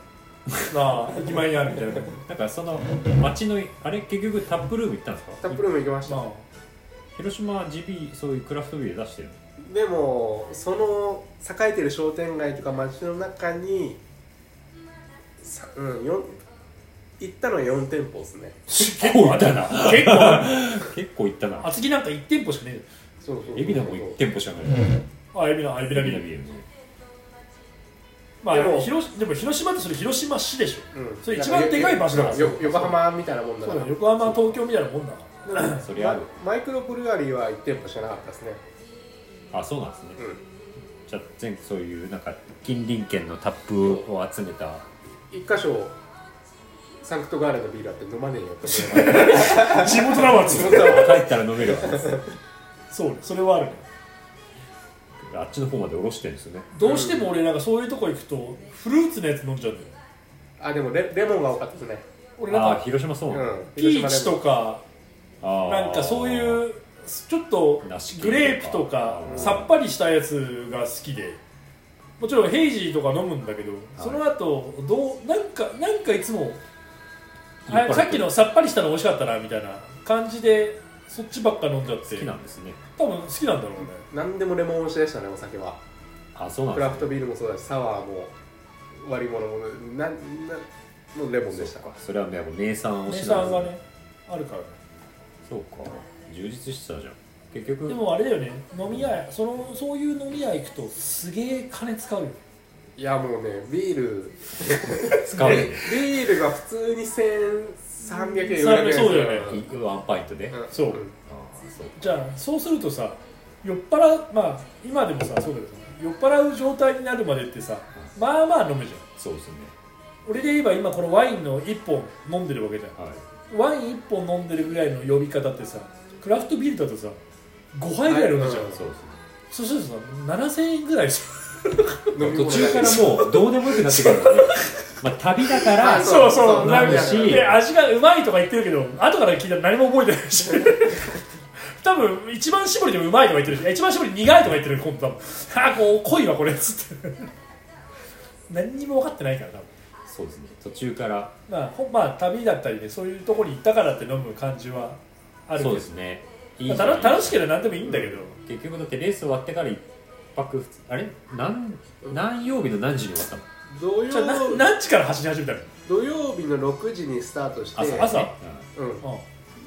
Speaker 2: なあ駅前にあるみたいなま
Speaker 1: なんかその町のあれ結局タップルーム行ったんです
Speaker 3: タ
Speaker 1: か
Speaker 3: ップルーム行きました
Speaker 2: あ
Speaker 1: 広島は GB そういうクラフトビール出してるの
Speaker 3: でもその栄えてる商店街とか街の中にさうんよん行ったのは4店舗ですね
Speaker 1: 結構行ったな
Speaker 2: 結構
Speaker 1: 結構行ったな
Speaker 2: 厚木なんか1店舗しかねえよ
Speaker 3: そうそうそう
Speaker 1: 海老名も1店舗しかない
Speaker 2: あエビナエビナビ
Speaker 1: 海老名
Speaker 2: ール
Speaker 1: ビールね
Speaker 2: まあ
Speaker 3: で
Speaker 2: で
Speaker 3: も
Speaker 2: も広でも広島ってそれ広島市でしょ
Speaker 3: うん
Speaker 2: それ一番でかい場所だから
Speaker 3: よ横浜みたいなもんだ
Speaker 2: そ
Speaker 3: か
Speaker 2: う
Speaker 3: ら
Speaker 2: だよ横浜東京みたいなもんだか
Speaker 1: そりゃある
Speaker 3: まマイクロブルワリーは1店舗しかなかったですね
Speaker 1: あそうなんですね、
Speaker 3: うん
Speaker 1: じゃあ全そういうなんか近隣県のタップを集めた
Speaker 3: 一箇所サンクトガーレのビールあって飲まねえよって
Speaker 2: ら地元だわつ
Speaker 3: 思ったわ
Speaker 1: 帰ったら飲めるわけです
Speaker 2: そうねそれはあるね
Speaker 1: あっちの方まで下ろしてるんですよね
Speaker 2: どうしても俺なんかそういうとこ行くとフルーツのやつ飲んじゃうんだよ
Speaker 3: あでもレレモンが多かったですね
Speaker 2: 俺な
Speaker 1: あ
Speaker 2: ん
Speaker 1: あ
Speaker 2: か
Speaker 1: 広島そう
Speaker 3: う
Speaker 1: なんだ、
Speaker 3: ん
Speaker 2: ピーチとか
Speaker 1: ああ
Speaker 2: なんかそういうちょっと
Speaker 1: 梨系と
Speaker 2: グ
Speaker 1: か
Speaker 2: レープとか
Speaker 1: うん
Speaker 2: さっぱりしたやつが好きでもちろんヘイジーとか飲むんだけどその後どうなんかなんかいつも
Speaker 1: 酔っ払っ
Speaker 2: あ
Speaker 1: て
Speaker 2: さっきのさっぱりしたの美味しかったなみたいな感じでそっちばっか飲んじゃっ
Speaker 1: 好
Speaker 2: て
Speaker 1: きなんですね
Speaker 2: 多分好きなんだろうね
Speaker 3: 何でもレモン推しでしたねお酒は
Speaker 1: あそうなん
Speaker 3: ク
Speaker 1: です
Speaker 3: ラ
Speaker 1: ね
Speaker 3: フトビールもそうだしサワーも割り物もななのレモンでした
Speaker 1: そうかそれはねもう名産を
Speaker 2: 名
Speaker 1: しな
Speaker 2: 産が
Speaker 1: い
Speaker 2: ねあるからね
Speaker 1: そうか充実してたじゃん結局
Speaker 2: でもあれだよね飲み屋そのそういう飲み屋行くとすげえ金使うよ
Speaker 3: いやもうねビール
Speaker 1: 使うよね
Speaker 3: ビールが普通に1300円
Speaker 2: そうだよね
Speaker 3: うん
Speaker 1: いワンパイントで、あ
Speaker 3: うん
Speaker 2: そう
Speaker 3: うん
Speaker 1: あそう
Speaker 2: じゃあそうするとさ酔っ払うまあ今でもさそうだけど酔っ払う状態になるまでってさまあまあ飲むじゃん
Speaker 1: そうですね
Speaker 2: 俺で言えば今このワインの1本飲んでるわけじゃ
Speaker 1: はい
Speaker 2: んワイン1本飲んでるぐらいの呼び方ってさクラフトビールだとさ5杯ぐらい飲むじゃん、
Speaker 3: はい
Speaker 1: そうですね
Speaker 2: そうするとさ7000円ぐらいじ
Speaker 3: 飲み
Speaker 1: 途
Speaker 3: 物
Speaker 1: 中からもうどうでもよくなってくるからねまあ旅だか
Speaker 2: ゃ
Speaker 1: ら
Speaker 2: ん
Speaker 3: あそうそう
Speaker 2: なんか
Speaker 1: 飲むし
Speaker 2: で味がうまいとか言ってるけど後から聞いたら何も覚えてない し多分一番搾りでもうまいとか言ってるしいや一番搾り苦いとか言ってる今度多分あーこう濃いわこれっつって何にも分かってないから多分
Speaker 1: そうですね途中から
Speaker 2: まあ、ほまあ旅だったりねそういうところに行ったからって飲む感じはあるけ
Speaker 1: そう
Speaker 2: ど
Speaker 1: ですねい
Speaker 2: まあ
Speaker 1: じゃ
Speaker 2: た
Speaker 1: ん
Speaker 2: の楽しければ何でもいいんだけど、
Speaker 1: 結局だってレース終わってから一泊二あれ何何曜日の何時に終わったの
Speaker 3: 土
Speaker 2: じゃあな
Speaker 3: 曜
Speaker 2: 何時から走り始めたの、
Speaker 3: 土曜日の6時にスタートして
Speaker 1: 朝
Speaker 2: 朝
Speaker 1: ね
Speaker 3: うん
Speaker 2: うん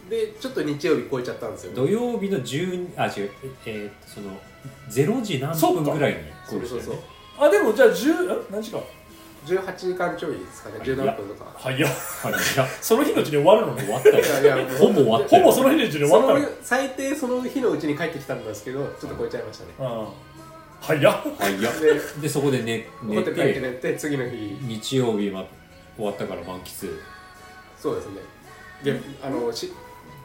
Speaker 3: でちょっと日曜日超えちゃったんです
Speaker 1: うん
Speaker 3: よ
Speaker 1: 土曜日の12あ違うええーっとその0時何分ぐらいにゴ
Speaker 3: そ
Speaker 1: ー
Speaker 3: う
Speaker 1: ルし
Speaker 3: そ
Speaker 1: たよ
Speaker 3: うそう
Speaker 1: ね
Speaker 2: あでもじゃあ10ん何時か
Speaker 3: 18時間ちょいですかね
Speaker 1: あ
Speaker 3: 17分とか
Speaker 2: 早っ
Speaker 1: はいいや
Speaker 2: その日のうちに終わるのね
Speaker 1: 終わったよ
Speaker 3: い やいやもう
Speaker 1: ほぼ終わった
Speaker 2: ほ
Speaker 1: よ
Speaker 2: ぼその日のうちに終わったの
Speaker 3: その最低その日のうちに帰ってきたんですけどちょっと超えちゃいましたね
Speaker 2: うん早っ
Speaker 1: はいいや
Speaker 3: で
Speaker 1: でそこで寝
Speaker 3: ホ
Speaker 1: 寝
Speaker 3: テル帰って
Speaker 1: て
Speaker 3: 寝て次の日
Speaker 1: 日曜日ま終わったから満喫
Speaker 3: そうですねげあのし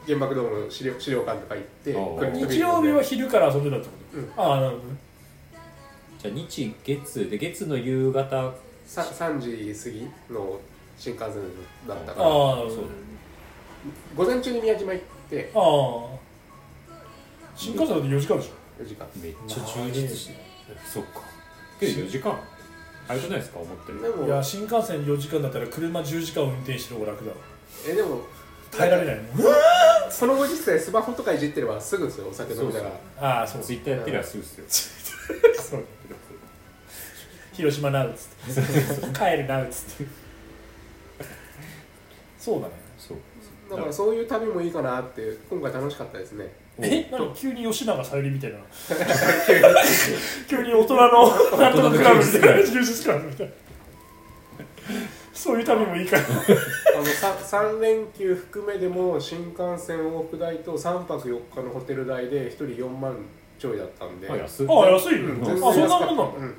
Speaker 3: 原爆ドーム資料資料館とか行って
Speaker 1: あー
Speaker 3: クラフトビ
Speaker 2: 日
Speaker 3: ール飲
Speaker 2: 曜
Speaker 3: ん
Speaker 2: 日
Speaker 3: で
Speaker 2: は昼から遊んでたってこと、
Speaker 3: うん
Speaker 2: ああなるほどね
Speaker 1: じゃあ日月で月の夕方
Speaker 3: さ3時過ぎの新幹線だったから
Speaker 2: ああ
Speaker 1: そうだよね
Speaker 3: 午前中に宮島行って
Speaker 2: ああ新幹線だって4時間でし
Speaker 3: 4時間
Speaker 1: めっちゃ充実してそっかけど4時間早くないですか思って
Speaker 3: で
Speaker 1: る
Speaker 2: ょいや
Speaker 3: も
Speaker 2: 新幹線4時間だったら車10時間運転してる方が楽だわ
Speaker 3: えでも
Speaker 2: 耐えられないもん
Speaker 3: そのご時世スマホとかいじってればすぐですよお酒飲みながら
Speaker 2: ああそう
Speaker 1: ツイッターやってりゃすぐっすよ
Speaker 2: そう広島なうっつって帰るなうっつってそうだね
Speaker 1: そう
Speaker 3: だからそういう旅もいいかなって今回楽しかったですね
Speaker 2: えなんか急に吉永小百合みたい な急に大人のなんとかクラブみたいな自由時間みたいなそういう旅もいいから
Speaker 3: あのさ3連休含めでも新幹線往復代と3泊4日のホテル代で1人4万ちょいだったんで、
Speaker 1: あ安っ
Speaker 2: あ安いよ、
Speaker 3: うん
Speaker 2: あ
Speaker 3: 全然
Speaker 2: そんな
Speaker 3: 安かった
Speaker 2: もんなの
Speaker 3: うん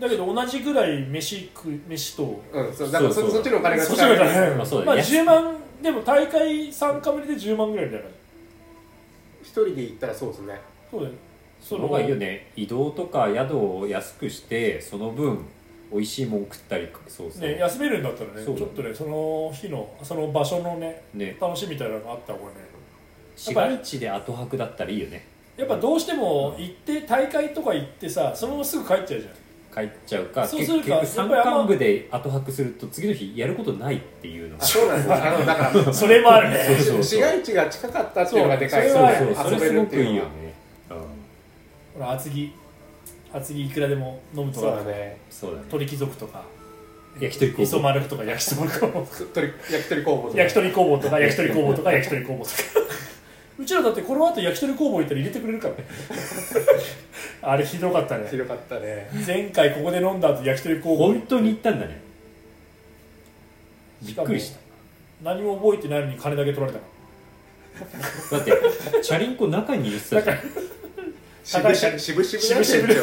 Speaker 2: だけど同じぐらい飯食う飯と
Speaker 3: うん、そうだからそ
Speaker 1: そうそう
Speaker 3: そっちのお金が
Speaker 2: そっち
Speaker 3: 使
Speaker 2: の
Speaker 3: え
Speaker 2: 方
Speaker 3: る
Speaker 2: がね
Speaker 1: まあそうだね
Speaker 2: まあ10万でも大会参加ぶりで10万ぐらいみたいな感じ
Speaker 3: 1人で行ったらそうですね
Speaker 2: そうだよね
Speaker 1: その方がいいよね移動とか宿を安くしてその分美味しいもん食ったりそうそう
Speaker 2: ね休めるんだったらねち
Speaker 1: そ
Speaker 2: ょ
Speaker 1: う
Speaker 2: っとねその日のその場所のね
Speaker 1: ね
Speaker 2: 楽しみみたいなのがあった方がね
Speaker 1: 市街地で後泊だったらいいよね
Speaker 2: やっぱどうしても行って大会とか行ってさそのまますぐ帰っちゃうじゃん
Speaker 1: 帰っちゃうか
Speaker 2: そう
Speaker 1: 結
Speaker 2: する
Speaker 1: 局
Speaker 2: か
Speaker 1: 山
Speaker 2: やっぱりあんま
Speaker 1: 間部で後泊すると次の日やることないっていうのが
Speaker 3: そうなんですよあのだから
Speaker 2: それもあるね
Speaker 1: そうそうそう
Speaker 3: 市街地が近かったっていうのがでかい
Speaker 2: そ
Speaker 1: そ
Speaker 2: う
Speaker 1: うそうそれ
Speaker 3: 遊べ
Speaker 1: す
Speaker 3: る
Speaker 1: ご
Speaker 3: って
Speaker 1: くいい
Speaker 3: いう
Speaker 1: よ
Speaker 3: のが
Speaker 1: ね、うん、
Speaker 2: ほら厚木厚木いくらでも飲むと
Speaker 3: そう
Speaker 2: か
Speaker 3: だね
Speaker 1: そうだね
Speaker 2: 鳥貴族とか
Speaker 1: 焼き鳥
Speaker 2: 磯
Speaker 1: 工房
Speaker 2: 丸とか焼きそば工房
Speaker 3: 鳥焼き鳥工房とか
Speaker 2: 焼き鳥工房とか焼き鳥工房とか焼き鳥工房とかうちらだってこの後焼き鳥工房行ったら入れてくれるからねあれひどかったね
Speaker 3: ひどかったね
Speaker 2: 前回ここで飲んだ後焼き鳥工房
Speaker 1: 本当に行ったんだねびっくりした
Speaker 2: 何も覚えてないのに金だけ取られた
Speaker 1: だ
Speaker 2: の
Speaker 1: ってチャリンコ中に入れてたじゃん
Speaker 3: 渋々渋々なって
Speaker 2: 渋
Speaker 3: る よ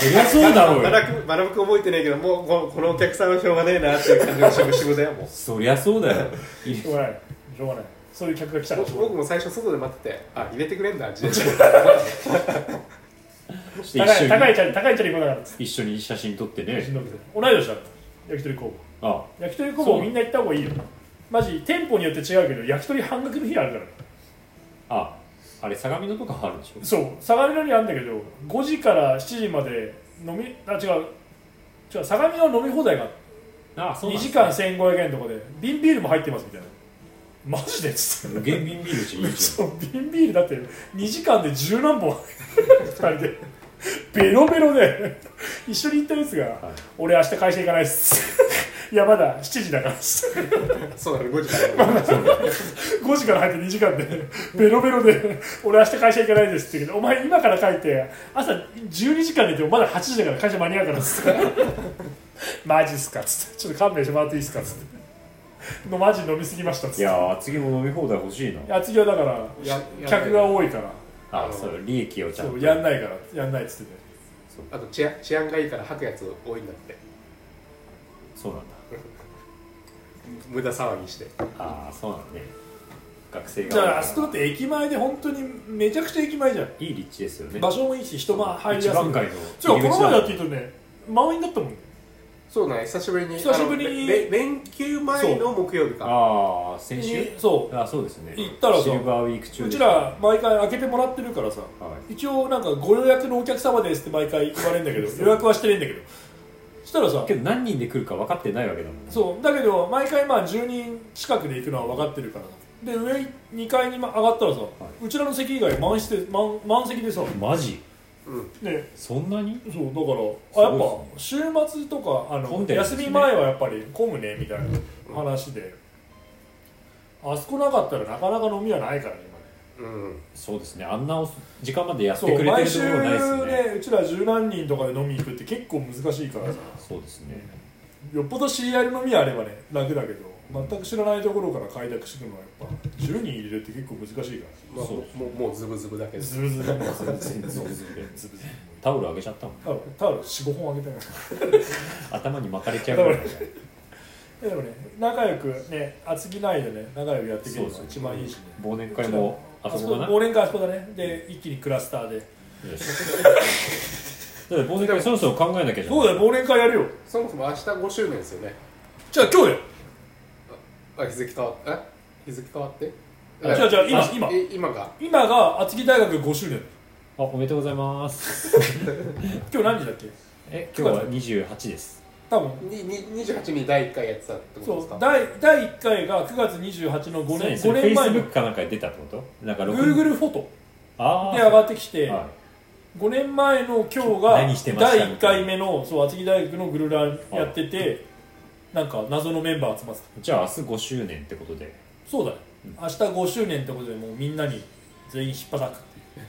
Speaker 1: そりゃそうだろう
Speaker 3: ま
Speaker 1: よ
Speaker 3: だまだ僕覚えてないけどもうここのお客さんはしょうがねえなっていう感じの渋々だよもう
Speaker 1: そりゃそうだよ
Speaker 2: しょうがないしょうがないそういう客が来たら
Speaker 3: 僕
Speaker 2: しょう
Speaker 3: 僕も最初外で待っててあ入れてくれんだ自転車
Speaker 1: そして
Speaker 2: がない
Speaker 1: 一緒
Speaker 2: 高い高
Speaker 1: に
Speaker 2: いチャリ高いチャリ来なかったっつっ
Speaker 1: 一緒に写真撮って
Speaker 2: てしん
Speaker 1: ね
Speaker 2: どくて同い年だから焼き鳥工房
Speaker 1: あ
Speaker 2: 焼き鳥工
Speaker 1: そ
Speaker 2: 房
Speaker 1: う
Speaker 2: みんな行った方がいいよマジ店舗によって違うけど焼き鳥半額の日あるからね
Speaker 1: ああれ相模野とかあるでしょ
Speaker 2: そう相模野にあるんだけど5時から7時まで飲みあ違う違う相模野飲み放題がある
Speaker 1: あそう
Speaker 2: 2
Speaker 1: なん
Speaker 2: 時
Speaker 1: だ
Speaker 2: 間1500円とかで瓶ビールも入ってますみたいなマジでっつって
Speaker 1: 無限瓶ビールしいいじ
Speaker 2: そう瓶ビールだって2時間で十何本2人でベロベロで一緒に行ったやつが、
Speaker 1: い
Speaker 2: 俺明日会社行かないっすいやまだ7時だからっす
Speaker 3: そうなの5時から
Speaker 2: 5時から入って2時間でベロベロで俺明日会社行かないですって言うけどお前今から帰って朝12時間寝てもまだ8時だから会社間に合うからっつって マジっすかっつってちょっと勘弁してもらっていいっすかっつってのマジ飲みすぎましたっつ
Speaker 1: ゃんい
Speaker 2: ってい
Speaker 1: やー次も飲み放題欲しいな
Speaker 2: や次はだから
Speaker 3: やや
Speaker 2: 客が多いから
Speaker 1: あそう利益をちゃ
Speaker 2: そ
Speaker 1: んと
Speaker 2: うやんないからやんないっつってて
Speaker 3: あと治安治安がいいから吐くやつ多いんだって
Speaker 1: そうなんだ
Speaker 3: 無駄騒ぎして
Speaker 1: ああそうなんだね学生が
Speaker 2: じゃああそこだって駅前で本当にめちゃくちゃ駅前じゃん
Speaker 1: いい立地ですよね
Speaker 2: 場所もいいし人も入り
Speaker 1: 一
Speaker 2: やすい
Speaker 1: 番街の
Speaker 2: そうこの前だって
Speaker 1: 入り口
Speaker 2: 言うとね満員だったもんね
Speaker 3: そうなん久しぶりに
Speaker 2: 久しぶりに
Speaker 3: あのれ連休前の木曜日
Speaker 1: だ
Speaker 3: か
Speaker 1: ああ先週
Speaker 2: そう
Speaker 1: あそうですね
Speaker 2: 行ったらさ
Speaker 1: シルバーウィーク中
Speaker 2: う
Speaker 1: で
Speaker 2: ち
Speaker 1: すは
Speaker 2: ら毎回開けてもらってるからさ一応なんかご予約のお客様ですって毎回言われるん だけど予約はしてねえんだけどしたらさ
Speaker 1: いけど何人で来るか分かってないわけだもんね
Speaker 2: そうだけど毎回まあ10人近くで行くのは分かってるからで上2階にま上がったらさ、うちらの席以外満室で満満席でさ
Speaker 1: マジ
Speaker 3: うん
Speaker 2: ね
Speaker 1: そんなに
Speaker 2: そうだか
Speaker 1: す
Speaker 2: らあ
Speaker 1: ごい
Speaker 2: やっぱ週末とかあ
Speaker 1: 混
Speaker 2: の、
Speaker 1: んでるんです
Speaker 2: 休
Speaker 1: ね
Speaker 2: み前はやっぱり混むねみたいな話で、あそこなかったらなかなか飲みはないからね今ね
Speaker 3: うん
Speaker 1: そうですねあんな遅時間までやって
Speaker 2: そ
Speaker 1: くれ
Speaker 2: う
Speaker 1: てるところ
Speaker 2: 毎週
Speaker 1: ないですよね
Speaker 2: ねうちら十何人とかで飲み行くって結構難しいからさ
Speaker 1: そうですね
Speaker 2: よっぽど知り合いの飲みあればね楽だけど全く知らないところから開拓していくのはやっぱ10人入れるって結構難しいから
Speaker 3: まあ
Speaker 1: そう
Speaker 3: もうもうズブズブだけど
Speaker 2: ズルズルだもん
Speaker 1: 全然ズブズブでタオルあげちゃったもん
Speaker 2: タオルタオル45本あげたよ
Speaker 1: 頭に巻かれちゃうからね
Speaker 2: でもね仲良くね厚着ないでね仲良くやっていけるのが
Speaker 1: そう
Speaker 2: 一番いいしね
Speaker 1: 忘年会もあそこだな
Speaker 2: 忘年会あそこだねで一気にクラスターで
Speaker 1: よしだって忘年会そろそろ考えなきゃじゃん
Speaker 2: そうだよ忘年会やるよ
Speaker 3: そもそも明日5周年ですよね
Speaker 2: じゃあ今日よ
Speaker 3: あ日付変わって日付変わって
Speaker 2: じゃあじゃあ今
Speaker 1: あ
Speaker 2: 今
Speaker 3: え今が
Speaker 2: 今が厚木大学5周年
Speaker 1: あおめでとうございます
Speaker 2: 今日何時だっけ
Speaker 1: え今日は28です
Speaker 2: 多分
Speaker 3: にに28に第1回やってたってこと
Speaker 2: そ
Speaker 3: で
Speaker 2: う
Speaker 3: すか
Speaker 2: 第第1回が9月28の5
Speaker 1: 何
Speaker 2: 年
Speaker 1: そ
Speaker 2: 五
Speaker 1: れ
Speaker 2: 年前
Speaker 1: Facebook
Speaker 2: の
Speaker 1: かなんかに出たってことなんか六
Speaker 2: Google フォト
Speaker 1: ああ
Speaker 2: で上がってきて
Speaker 1: は
Speaker 2: 5年前の今日
Speaker 1: 何して
Speaker 2: が
Speaker 1: ました
Speaker 2: 第1回目のそう厚木大学のグルランやっててなんか謎のメンバー集まってた
Speaker 1: じゃあ明日5周年ってことで
Speaker 2: そうだね明日5周年ってことでもうみんなに全員引っ叩くっていう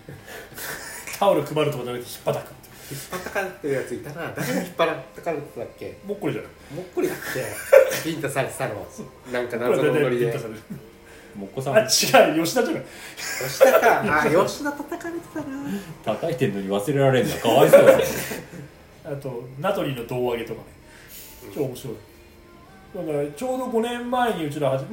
Speaker 2: タオル配るとかじゃなくて引っ叩くってい
Speaker 3: 引っ張ったかってるやついたな誰が引っ張ったかってたっけ
Speaker 2: うもうこれじゃない
Speaker 3: もっこり だっけビンタされてたのなんか
Speaker 2: こ
Speaker 3: 謎
Speaker 2: れ大
Speaker 3: のノ
Speaker 2: 体
Speaker 3: リ
Speaker 2: ピッ
Speaker 3: で
Speaker 2: タされる
Speaker 1: もっこさん
Speaker 2: あ違う吉田じゃない
Speaker 3: 吉田かあ吉田叩かれてたな
Speaker 1: 叩いてんのに忘れられんなかわいそうだね
Speaker 2: あとナトリの胴上げとかね超面白いだからちょうど5年前にうちら始め